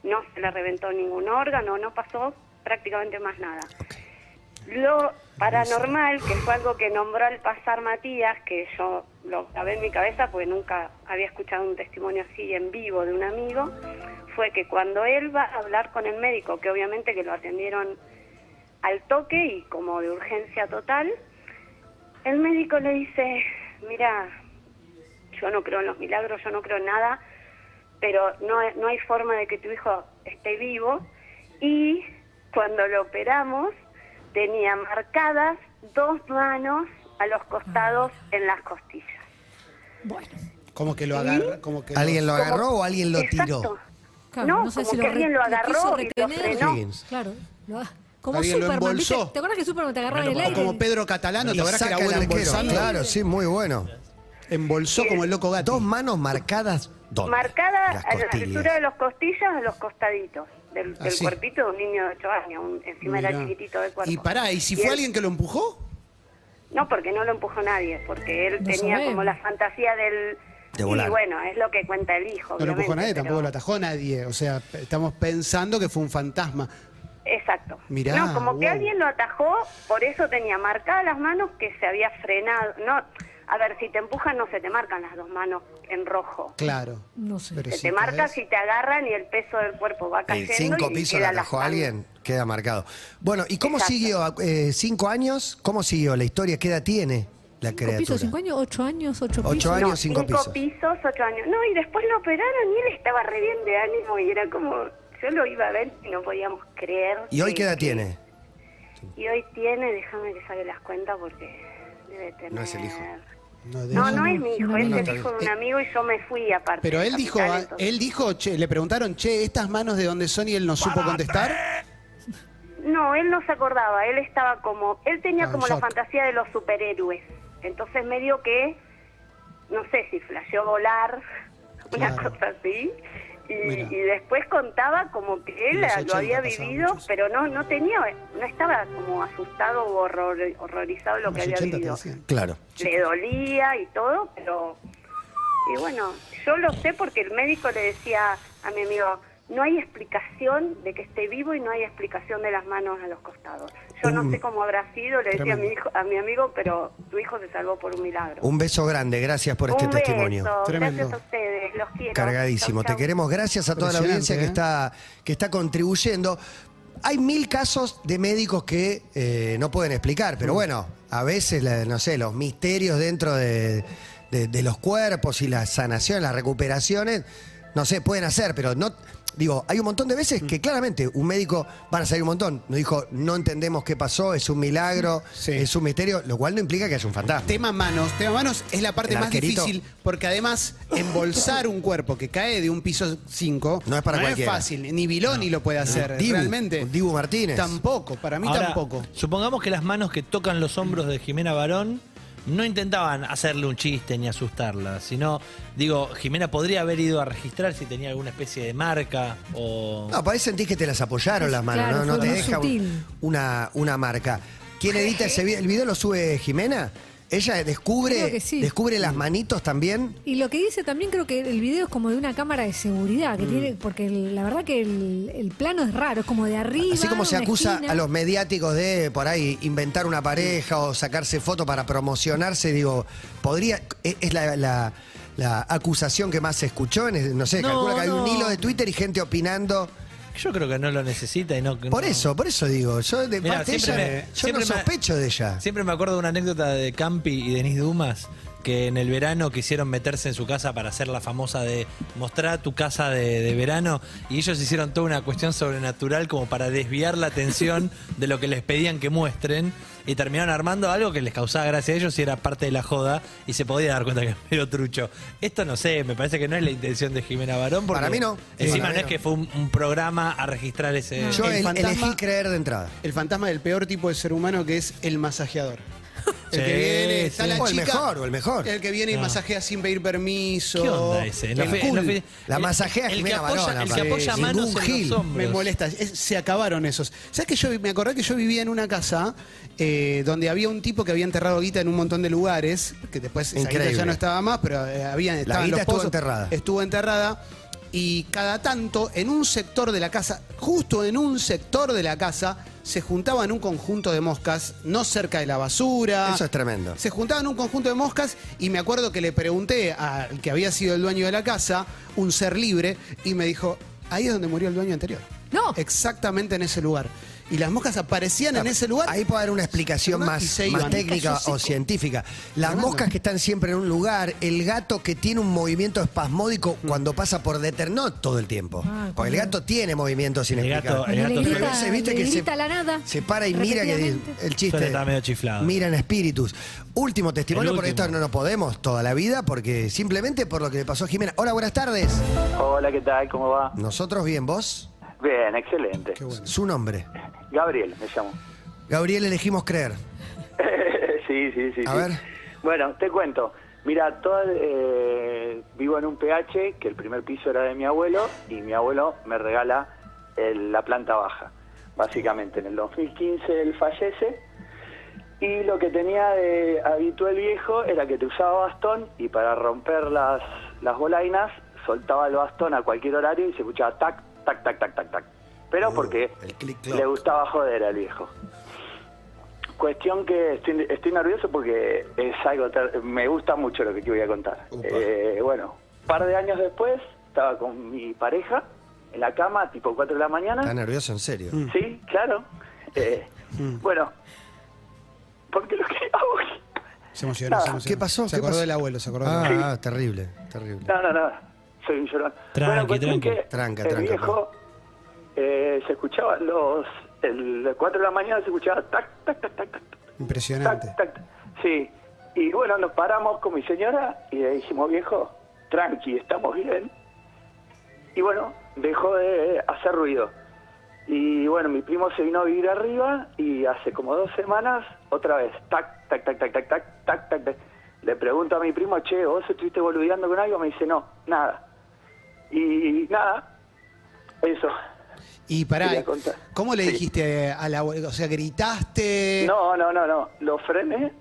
Speaker 7: no se le reventó ningún órgano, no pasó prácticamente más nada. Lo paranormal, que fue algo que nombró al pasar Matías, que yo lo grabé en mi cabeza porque nunca había escuchado un testimonio así en vivo de un amigo, fue que cuando él va a hablar con el médico, que obviamente que lo atendieron al toque y como de urgencia total, el médico le dice, mira, yo no creo en los milagros, yo no creo en nada, pero no, no hay forma de que tu hijo esté vivo. Y cuando lo operamos, tenía marcadas dos manos a los costados
Speaker 4: Ah.
Speaker 7: en las costillas.
Speaker 4: Bueno,
Speaker 3: Como que lo agarra, como que
Speaker 2: ¿Alguien lo
Speaker 7: Como-
Speaker 2: agarró o alguien lo
Speaker 7: Exacto.
Speaker 2: tiró?
Speaker 4: claro,
Speaker 7: no,
Speaker 4: no sé
Speaker 7: como
Speaker 4: si
Speaker 7: que
Speaker 4: lo re-
Speaker 7: alguien lo
Speaker 4: lo quiso
Speaker 7: agarró y lo
Speaker 4: retener.
Speaker 7: frenó.
Speaker 2: Higgins.
Speaker 4: Claro. lo- como
Speaker 3: Alguien lo
Speaker 4: Superman, ¿viste?
Speaker 3: embolsó.
Speaker 4: ¿Te acuerdas que Superman te agarraba en el
Speaker 3: O
Speaker 4: aire?
Speaker 3: como Pedro Catalano,
Speaker 2: Y
Speaker 3: ¿te acuerdas que
Speaker 2: saca el
Speaker 3: era bueno
Speaker 2: arquero.
Speaker 3: embolsando?
Speaker 2: Claro, sí, muy bueno.
Speaker 3: Embolsó como el loco gato.
Speaker 2: Dos manos marcadas. ¿dónde?
Speaker 7: Marcada
Speaker 2: Las
Speaker 7: a la
Speaker 2: costillas. Ah,
Speaker 7: altura de los costillas, a los costaditos del, del
Speaker 3: Así.
Speaker 7: cuerpito de un niño de 8 años. un- encima era
Speaker 3: Mirá.
Speaker 7: chiquitito de cuerpo.
Speaker 3: Y pará, ¿y si fue
Speaker 7: él-
Speaker 3: alguien que lo empujó?
Speaker 7: No, porque no lo empujó nadie, porque él
Speaker 4: No
Speaker 7: tenía
Speaker 4: sabemos.
Speaker 7: como la fantasía del...
Speaker 2: De volar.
Speaker 7: Y bueno, es lo que cuenta el hijo.
Speaker 3: No lo empujó
Speaker 7: obviamente,
Speaker 3: nadie,
Speaker 7: pero-
Speaker 3: tampoco lo atajó nadie. O sea, p- estamos pensando que fue un fantasma.
Speaker 7: Exacto.
Speaker 3: Mirá,
Speaker 7: no, como que
Speaker 3: wow.
Speaker 7: alguien lo atajó, por eso tenía marcadas las manos que se había frenado. No, a ver, si te empujan no se te marcan las dos manos en rojo.
Speaker 3: Claro.
Speaker 4: No sé.
Speaker 3: Pero
Speaker 7: Se
Speaker 3: si
Speaker 7: te marca
Speaker 3: caes-
Speaker 7: si te agarran y el peso del cuerpo va
Speaker 2: El
Speaker 7: cayendo.
Speaker 2: cinco
Speaker 7: y
Speaker 2: pisos
Speaker 7: queda
Speaker 2: la
Speaker 7: las
Speaker 2: atajó a
Speaker 7: manos.
Speaker 2: alguien, queda marcado. Bueno, ¿y cómo
Speaker 7: Exacto.
Speaker 2: siguió? eh, ¿Cinco años? ¿Cómo siguió la historia? ¿Qué edad tiene la
Speaker 4: ¿Cinco
Speaker 2: criatura?
Speaker 4: pisos, cinco años, ocho años, ocho
Speaker 2: Ocho
Speaker 4: pisos. eh,
Speaker 2: años.
Speaker 7: No,
Speaker 2: cinco
Speaker 7: cinco,
Speaker 2: pisos.
Speaker 7: pisos. ocho años. No, y después lo operaron y él estaba re bien de ánimo y era como... Yo lo iba a ver y no podíamos creer.
Speaker 2: ¿Y hoy
Speaker 7: que-
Speaker 2: qué edad
Speaker 7: que-
Speaker 2: tiene?
Speaker 7: Y hoy tiene, déjame que saque las cuentas porque debe tener...
Speaker 2: No es el hijo.
Speaker 3: No, de-
Speaker 7: No, no es mi hijo, es
Speaker 4: No,
Speaker 7: el
Speaker 4: está
Speaker 7: hijo de un
Speaker 2: Eh,
Speaker 7: amigo y yo me fui aparte.
Speaker 3: Pero
Speaker 7: de
Speaker 3: él dijo,
Speaker 7: Capital,
Speaker 3: ah,
Speaker 7: entonces-
Speaker 3: él dijo, che, le preguntaron, che, ¿estas manos de dónde son? Y él no supo contestar.
Speaker 7: No, él no se acordaba, él estaba como... Él tenía
Speaker 3: Ah,
Speaker 7: como la
Speaker 3: shock.
Speaker 7: fantasía de los superhéroes. Entonces medio que, no sé si flasheó volar, una
Speaker 3: Claro.
Speaker 7: cosa así. Y,
Speaker 3: Mira.
Speaker 7: y después contaba como que
Speaker 3: En
Speaker 7: él
Speaker 3: los
Speaker 7: ah,
Speaker 3: 80
Speaker 7: lo había
Speaker 3: pasaba
Speaker 7: vivido,
Speaker 3: mucho eso.
Speaker 7: pero no no tenía, no estaba como asustado o horror- horrorizado lo
Speaker 3: Los
Speaker 7: que había
Speaker 3: 80 te
Speaker 7: vivido.
Speaker 3: decían.
Speaker 2: Claro.
Speaker 7: le dolía y todo, pero... Y bueno, yo lo sé porque el médico le decía a mi amigo,
Speaker 8: No hay explicación de que esté vivo y no hay explicación de las manos a los costados. Yo no
Speaker 2: Un-
Speaker 8: sé cómo habrá sido, le decía a mi,
Speaker 2: Mm. Tremendo.
Speaker 8: hijo, a mi amigo, pero tu hijo se salvó por un milagro.
Speaker 2: Un beso grande, gracias por este
Speaker 8: Un
Speaker 2: testimonio.
Speaker 8: beso.
Speaker 3: Tremendo.
Speaker 8: Gracias a ustedes, los quiero.
Speaker 2: Cargadísimo.
Speaker 8: Chau, chau.
Speaker 2: Te queremos. Gracias a toda la
Speaker 3: Impresionante,
Speaker 2: audiencia que
Speaker 3: ¿eh?
Speaker 2: está, que está contribuyendo. Hay mil casos de médicos que eh, no pueden explicar,
Speaker 3: Mm.
Speaker 2: pero bueno, a veces, la- no sé, los misterios dentro de, de- de los cuerpos y las sanaciones, las recuperaciones, no sé, pueden hacer, pero no. Digo, hay un montón de
Speaker 3: Mm.
Speaker 2: veces que claramente un médico van a salir un montón. Nos dijo, no entendemos qué pasó, es un milagro,
Speaker 3: Sí.
Speaker 2: es un misterio, lo cual no implica que haya un fantasma.
Speaker 3: Tema manos, tema manos es la parte
Speaker 2: El
Speaker 3: más
Speaker 2: arquerito.
Speaker 3: difícil porque además embolsar un cuerpo que cae de un piso 5
Speaker 2: No es para cualquiera.
Speaker 3: es fácil, ni Biloni lo puede hacer,
Speaker 2: Dibu,
Speaker 3: realmente.
Speaker 2: Dibu Martínez.
Speaker 3: Tampoco, para mí
Speaker 5: Ahora,
Speaker 3: tampoco.
Speaker 5: Supongamos que las manos que tocan los hombros de Jimena Barón no intentaban hacerle un chiste ni asustarla, sino, digo, Jimena podría haber ido a registrar si tenía alguna especie de marca o...
Speaker 2: No, por ahí sentís que te las apoyaron las manos,
Speaker 4: Claro,
Speaker 2: ¿no? No
Speaker 4: fue
Speaker 2: te
Speaker 4: muy
Speaker 2: deja un-
Speaker 4: sutil.
Speaker 2: una, una marca. ¿Quién edita ese video? ¿El video lo sube Jimena? ¿Ella
Speaker 4: Creo
Speaker 2: descubre,
Speaker 4: que sí.
Speaker 2: descubre las manitos también?
Speaker 4: Y lo que dice también creo que el video es como de una cámara de seguridad,
Speaker 2: Mm.
Speaker 4: que tiene, porque el- la verdad que el, el plano es raro, es como de arriba.
Speaker 2: Así como se
Speaker 4: una
Speaker 2: acusa
Speaker 4: esquina.
Speaker 2: a los mediáticos de por ahí inventar una pareja o sacarse foto para promocionarse, digo, podría. e- Es la, la- la acusación que más se escuchó, en- no sé,
Speaker 5: No,
Speaker 2: calcula que hay un
Speaker 5: no.
Speaker 2: hilo de Twitter y gente opinando.
Speaker 5: Yo creo que no lo necesita y no...
Speaker 2: Por
Speaker 5: no-
Speaker 2: eso, por eso digo, yo de
Speaker 5: Mirá,
Speaker 2: parte de
Speaker 5: siempre
Speaker 2: ella,
Speaker 5: me-
Speaker 2: yo no
Speaker 5: siempre me-
Speaker 2: sospecho de ella.
Speaker 5: Siempre me acuerdo de una anécdota de Campi y Denise Dumas que en el verano quisieron meterse en su casa para hacer la famosa de mostrar tu casa de, de verano y ellos hicieron toda una cuestión sobrenatural como para desviar la atención de lo que les pedían que muestren y terminaron armando algo que les causaba gracia a ellos y era parte de la joda y se podía dar cuenta que era trucho. Esto no sé, me parece que no es la intención de Jimena Barón porque
Speaker 2: Para mí no. Sí,
Speaker 5: encima
Speaker 2: para mí
Speaker 5: no es
Speaker 2: no.
Speaker 5: que fue un, un programa a registrar ese...
Speaker 2: Yo
Speaker 3: El
Speaker 2: el-
Speaker 3: fantasma-
Speaker 2: elegí creer de entrada.
Speaker 3: El fantasma del peor tipo de ser humano que es el masajeador. El
Speaker 5: Sí,
Speaker 3: que viene,
Speaker 5: sí.
Speaker 3: está la
Speaker 2: O el
Speaker 3: chica.
Speaker 2: mejor, o el mejor.
Speaker 3: El que viene y
Speaker 5: No.
Speaker 3: masajea sin pedir permiso.
Speaker 5: Ah. ¿Qué onda ese?
Speaker 3: El
Speaker 5: fe-
Speaker 3: cool.
Speaker 5: fe-
Speaker 2: La
Speaker 5: el-
Speaker 2: masajea
Speaker 5: el, que
Speaker 2: Jimena
Speaker 5: apoya,
Speaker 2: Barón,
Speaker 5: el que
Speaker 2: aparte.
Speaker 5: apoya
Speaker 2: Sí.
Speaker 5: manos
Speaker 2: Ningún
Speaker 5: en
Speaker 2: gil.
Speaker 5: los hombros.
Speaker 3: Me molesta, es- se acabaron esos. ¿Sabes que yo vi- me acordé que yo vivía en una casa eh, donde había un tipo que había enterrado guita en un montón de lugares, que después esa guita
Speaker 2: Increíble.
Speaker 3: ya no estaba más, pero eh, había estaban
Speaker 2: guita
Speaker 3: los
Speaker 2: estuvo
Speaker 3: pozos,
Speaker 2: enterrada.
Speaker 3: Estuvo enterrada y cada tanto en un sector de la casa, justo en un sector de la casa se juntaban un conjunto de moscas, no cerca de la basura.
Speaker 2: Eso es tremendo.
Speaker 3: Se juntaban un conjunto de moscas y me acuerdo que le pregunté al que había sido el dueño de la casa, un ser libre, y me dijo, ahí es donde murió el dueño anterior.
Speaker 4: No.
Speaker 3: Exactamente en ese lugar. Y las moscas aparecían
Speaker 7: Ah,
Speaker 3: en ese lugar.
Speaker 2: Ahí puede haber una explicación
Speaker 3: ¿verdad?
Speaker 2: más,
Speaker 3: Y se
Speaker 2: más
Speaker 3: iban.
Speaker 2: técnica
Speaker 3: Cayó
Speaker 2: o
Speaker 3: seco.
Speaker 2: científica. Las
Speaker 3: Tremendo.
Speaker 2: moscas que están siempre en un lugar, el gato que tiene un movimiento espasmódico
Speaker 5: Mm.
Speaker 2: cuando pasa por deter... No todo el tiempo.
Speaker 4: Ah,
Speaker 2: porque el gato tiene movimientos
Speaker 5: El gato-
Speaker 2: inexplicables.
Speaker 4: Cuando
Speaker 5: el
Speaker 4: le
Speaker 5: gato
Speaker 2: Pero
Speaker 4: grita,
Speaker 2: ese, ¿viste
Speaker 4: le
Speaker 2: que se-
Speaker 4: grita a la nada.
Speaker 2: Se para y mira que di-
Speaker 4: repetidamente.
Speaker 2: el chiste.
Speaker 5: Suena, está medio chiflado.
Speaker 2: Miran espíritus. Último testimonio,
Speaker 5: El
Speaker 2: porque
Speaker 5: último.
Speaker 2: esto no lo podemos toda la vida, porque simplemente por lo que le pasó a Jimena. Hola, buenas tardes.
Speaker 7: Hola, ¿qué tal? ¿Cómo va?
Speaker 2: Nosotros bien, vos.
Speaker 7: Bien, excelente.
Speaker 2: Su nombre.
Speaker 7: Gabriel, me llamo.
Speaker 2: Gabriel, elegimos creer.
Speaker 7: sí, sí, sí.
Speaker 2: A
Speaker 7: sí.
Speaker 2: ver.
Speaker 7: Bueno, te cuento. Mira, toda, eh, vivo en un PH que el primer piso era de mi abuelo y mi abuelo me regala el- la planta baja. Básicamente, en el 2015 él fallece y lo que tenía de habitual viejo era que te usaba bastón y para romper las, las bolainas soltaba el bastón a cualquier horario y se escuchaba tac, tac, tac, tac, tac, tac. Pero
Speaker 2: Uh,
Speaker 7: porque
Speaker 2: el clic-cloc.
Speaker 7: le gustaba joder al viejo. Cuestión que estoy, estoy nervioso porque es algo ter- me gusta mucho lo que te voy a contar. Eh, bueno, par de años después estaba con mi pareja en la cama, tipo 4 de la
Speaker 5: Ah.
Speaker 7: mañana.
Speaker 2: Está nervioso, en serio.
Speaker 5: Mm.
Speaker 7: Sí, claro. Eh, Bueno, ¿por qué lo que hago?
Speaker 3: Se emocionó, se
Speaker 7: Ah,
Speaker 3: emocionó.
Speaker 2: ¿Qué pasó?
Speaker 3: Se
Speaker 2: ¿Qué
Speaker 3: acordó
Speaker 2: pasó?
Speaker 3: del abuelo, se acordó del abuelo.
Speaker 2: Ah, ah, terrible, terrible.
Speaker 7: No, no, no. Soy un llorón.
Speaker 5: Tranqui,
Speaker 7: cuestión
Speaker 5: tranqui.
Speaker 7: que
Speaker 2: Tranca,
Speaker 7: el
Speaker 2: tranca,
Speaker 7: viejo eh, se escuchaba los... El, las 4 de la mañana se escuchaba tac, tac, tac, tac, tac.
Speaker 3: Impresionante.
Speaker 7: Tac, tac, tac. Sí. Y bueno, nos paramos con mi señora y le dijimos, viejo, tranqui, estamos bien. Y bueno, dejó de hacer ruido. Y bueno, mi primo se vino a vivir arriba y hace como dos semanas, otra vez, tac, tac, tac, tac, tac, tac, tac, tac, tac. Le pregunto a mi primo, che, ¿vos estuviste boludeando con algo? Me dice, no, nada. Y nada, eso.
Speaker 3: Y pará,
Speaker 7: Quería contar.
Speaker 3: ¿cómo le
Speaker 7: Sí.
Speaker 3: dijiste al abuelo? O sea,
Speaker 5: Eh,
Speaker 3: gritaste.
Speaker 7: No, no, no, no. Lo frené,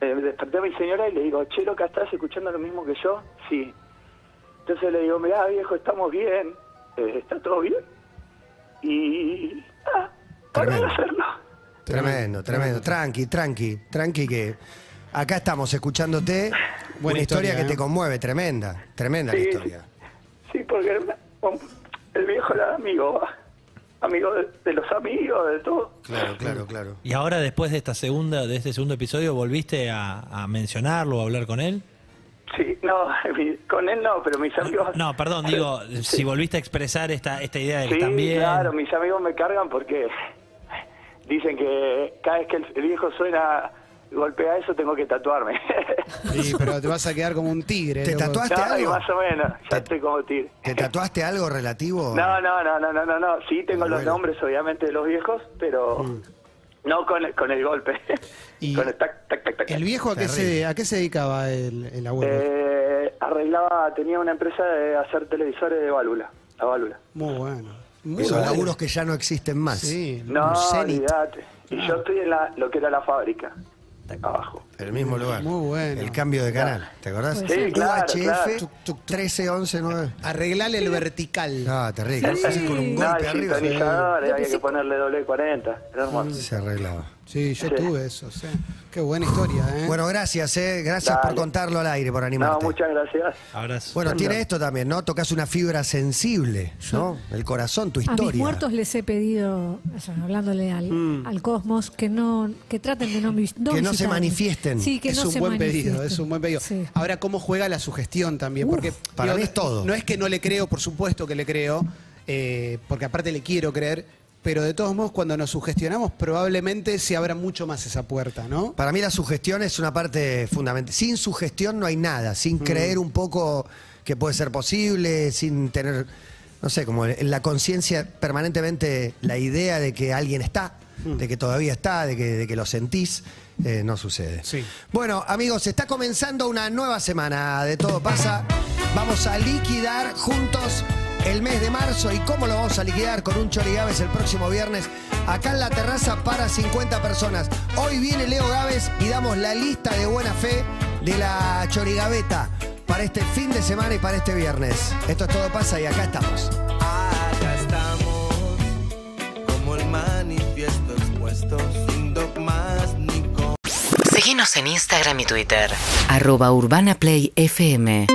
Speaker 7: eh, desperté a mi señora y le digo, che, loca, ¿estás escuchando lo mismo que yo? Sí. Entonces le digo, mirá, viejo, estamos bien. eh, está todo bien. Y. Ah, para
Speaker 2: Tremendo.
Speaker 7: de hacerlo.
Speaker 2: Tremendo, tremendo. Tranqui, tranqui, tranqui que acá estamos escuchándote.
Speaker 3: Buena
Speaker 2: una historia,
Speaker 3: historia,
Speaker 2: que te
Speaker 3: ¿eh?
Speaker 2: conmueve, tremenda, tremenda la
Speaker 7: Sí,
Speaker 2: historia.
Speaker 7: Sí, porque era una- un- el viejo era amigo, va. amigo de, de los amigos, de todo.
Speaker 2: Claro, claro, claro.
Speaker 5: Y ahora después de esta segunda, de este segundo episodio, volviste a, a mencionarlo, a hablar con él.
Speaker 7: Sí, no, mi- con él no, pero mis amigos.
Speaker 5: No, perdón, digo, si volviste a expresar esta, esta idea de que
Speaker 7: Sí,
Speaker 5: también.
Speaker 7: claro, mis amigos me cargan porque dicen que cada vez que el viejo suena, golpea eso, tengo que tatuarme.
Speaker 3: Sí, pero te vas a quedar como un tigre.
Speaker 2: ¿Te
Speaker 3: loco.
Speaker 2: tatuaste?
Speaker 7: no, y
Speaker 2: algo?
Speaker 7: más o menos,
Speaker 2: Te-
Speaker 7: ya estoy como tir.
Speaker 2: ¿Te tatuaste algo relativo?
Speaker 7: No, no, no, no, no, no, no. Sí, tengo los
Speaker 2: Bueno.
Speaker 7: nombres, obviamente, de los viejos, pero no con, el- con el golpe.
Speaker 3: Mm. Y-
Speaker 7: con el tac, tac, tac, tac.
Speaker 3: ¿El viejo a qué, se, a qué se dedicaba el, el abuelo?
Speaker 7: Eh, arreglaba, tenía una empresa de hacer televisores de válvula, la válvula.
Speaker 3: Muy bueno. Muy
Speaker 2: Esos
Speaker 3: bueno.
Speaker 2: laburos que ya no existen más.
Speaker 3: Sí,
Speaker 7: No,
Speaker 3: un Ah. cenit.
Speaker 7: olvídate. Y yo estoy en la, lo que era la fábrica, abajo.
Speaker 2: En el mismo lugar.
Speaker 3: Muy bueno.
Speaker 2: El cambio de canal, ¿te acordás?
Speaker 7: Sí, claro,
Speaker 2: UHF
Speaker 7: claro.
Speaker 2: tuc, tuc, 13, 11, 9.
Speaker 3: Arreglale el vertical.
Speaker 2: Ah, terrible. Lo haces con un
Speaker 7: No,
Speaker 2: golpe
Speaker 7: el
Speaker 2: arriba. se-
Speaker 7: sintonizador, había que ponerle doble 40. Era hermoso.
Speaker 2: Se arreglaba.
Speaker 3: Sí, yo
Speaker 7: Sí.
Speaker 3: tuve eso. sí. Qué buena historia, ¿eh?
Speaker 2: Bueno, gracias, eh. Gracias por
Speaker 7: Dale.
Speaker 2: contarlo al aire, por
Speaker 7: No,
Speaker 2: animarte.
Speaker 7: muchas gracias.
Speaker 5: Abrazo.
Speaker 2: Bueno, tiene esto también, ¿no? Tocas una fibra sensible, ¿no? El corazón, tu
Speaker 4: A
Speaker 2: historia.
Speaker 4: mis muertos les he pedido, o sea, hablándole al, al cosmos, que no, que traten de no, vi-
Speaker 2: Que no se
Speaker 4: visitarme.
Speaker 2: manifiesten.
Speaker 4: Sí, que
Speaker 3: es
Speaker 4: no
Speaker 3: un
Speaker 4: se
Speaker 3: buen pedido,
Speaker 4: manifiesten.
Speaker 3: es un buen pedido.
Speaker 4: Sí.
Speaker 3: Ahora, ¿cómo juega la sugestión también? Porque
Speaker 2: para
Speaker 3: digo,
Speaker 2: mí es todo.
Speaker 3: No es que no le creo, por supuesto que le creo, eh, porque aparte le quiero creer, pero de todos modos, cuando nos sugestionamos, probablemente se abra mucho más esa puerta, ¿no?
Speaker 2: Para mí la sugestión es una parte fundamental. Sin sugestión no hay nada, sin
Speaker 7: Mm.
Speaker 2: creer un poco que puede ser posible, sin tener, no sé, como en la conciencia permanentemente la idea de que alguien está,
Speaker 7: Mm.
Speaker 2: de que todavía está, de que, de que lo sentís, eh, no sucede.
Speaker 3: Sí.
Speaker 2: Bueno, amigos, está comenzando una nueva semana de Todo pasa. Vamos a liquidar juntos el mes de marzo y cómo lo vamos a liquidar con un Chori Gávez el próximo viernes acá en la terraza para 50 personas. Hoy viene Leo Gávez y damos la lista de buena fe de la Chorigaveta para este fin de semana y para este viernes. Esto es Todo pasa y acá estamos.
Speaker 9: Acá estamos, como el manifiesto expuesto, sin dogmas ni con.
Speaker 10: Síguenos en Instagram y Twitter.
Speaker 11: arroba urbanaplayfm.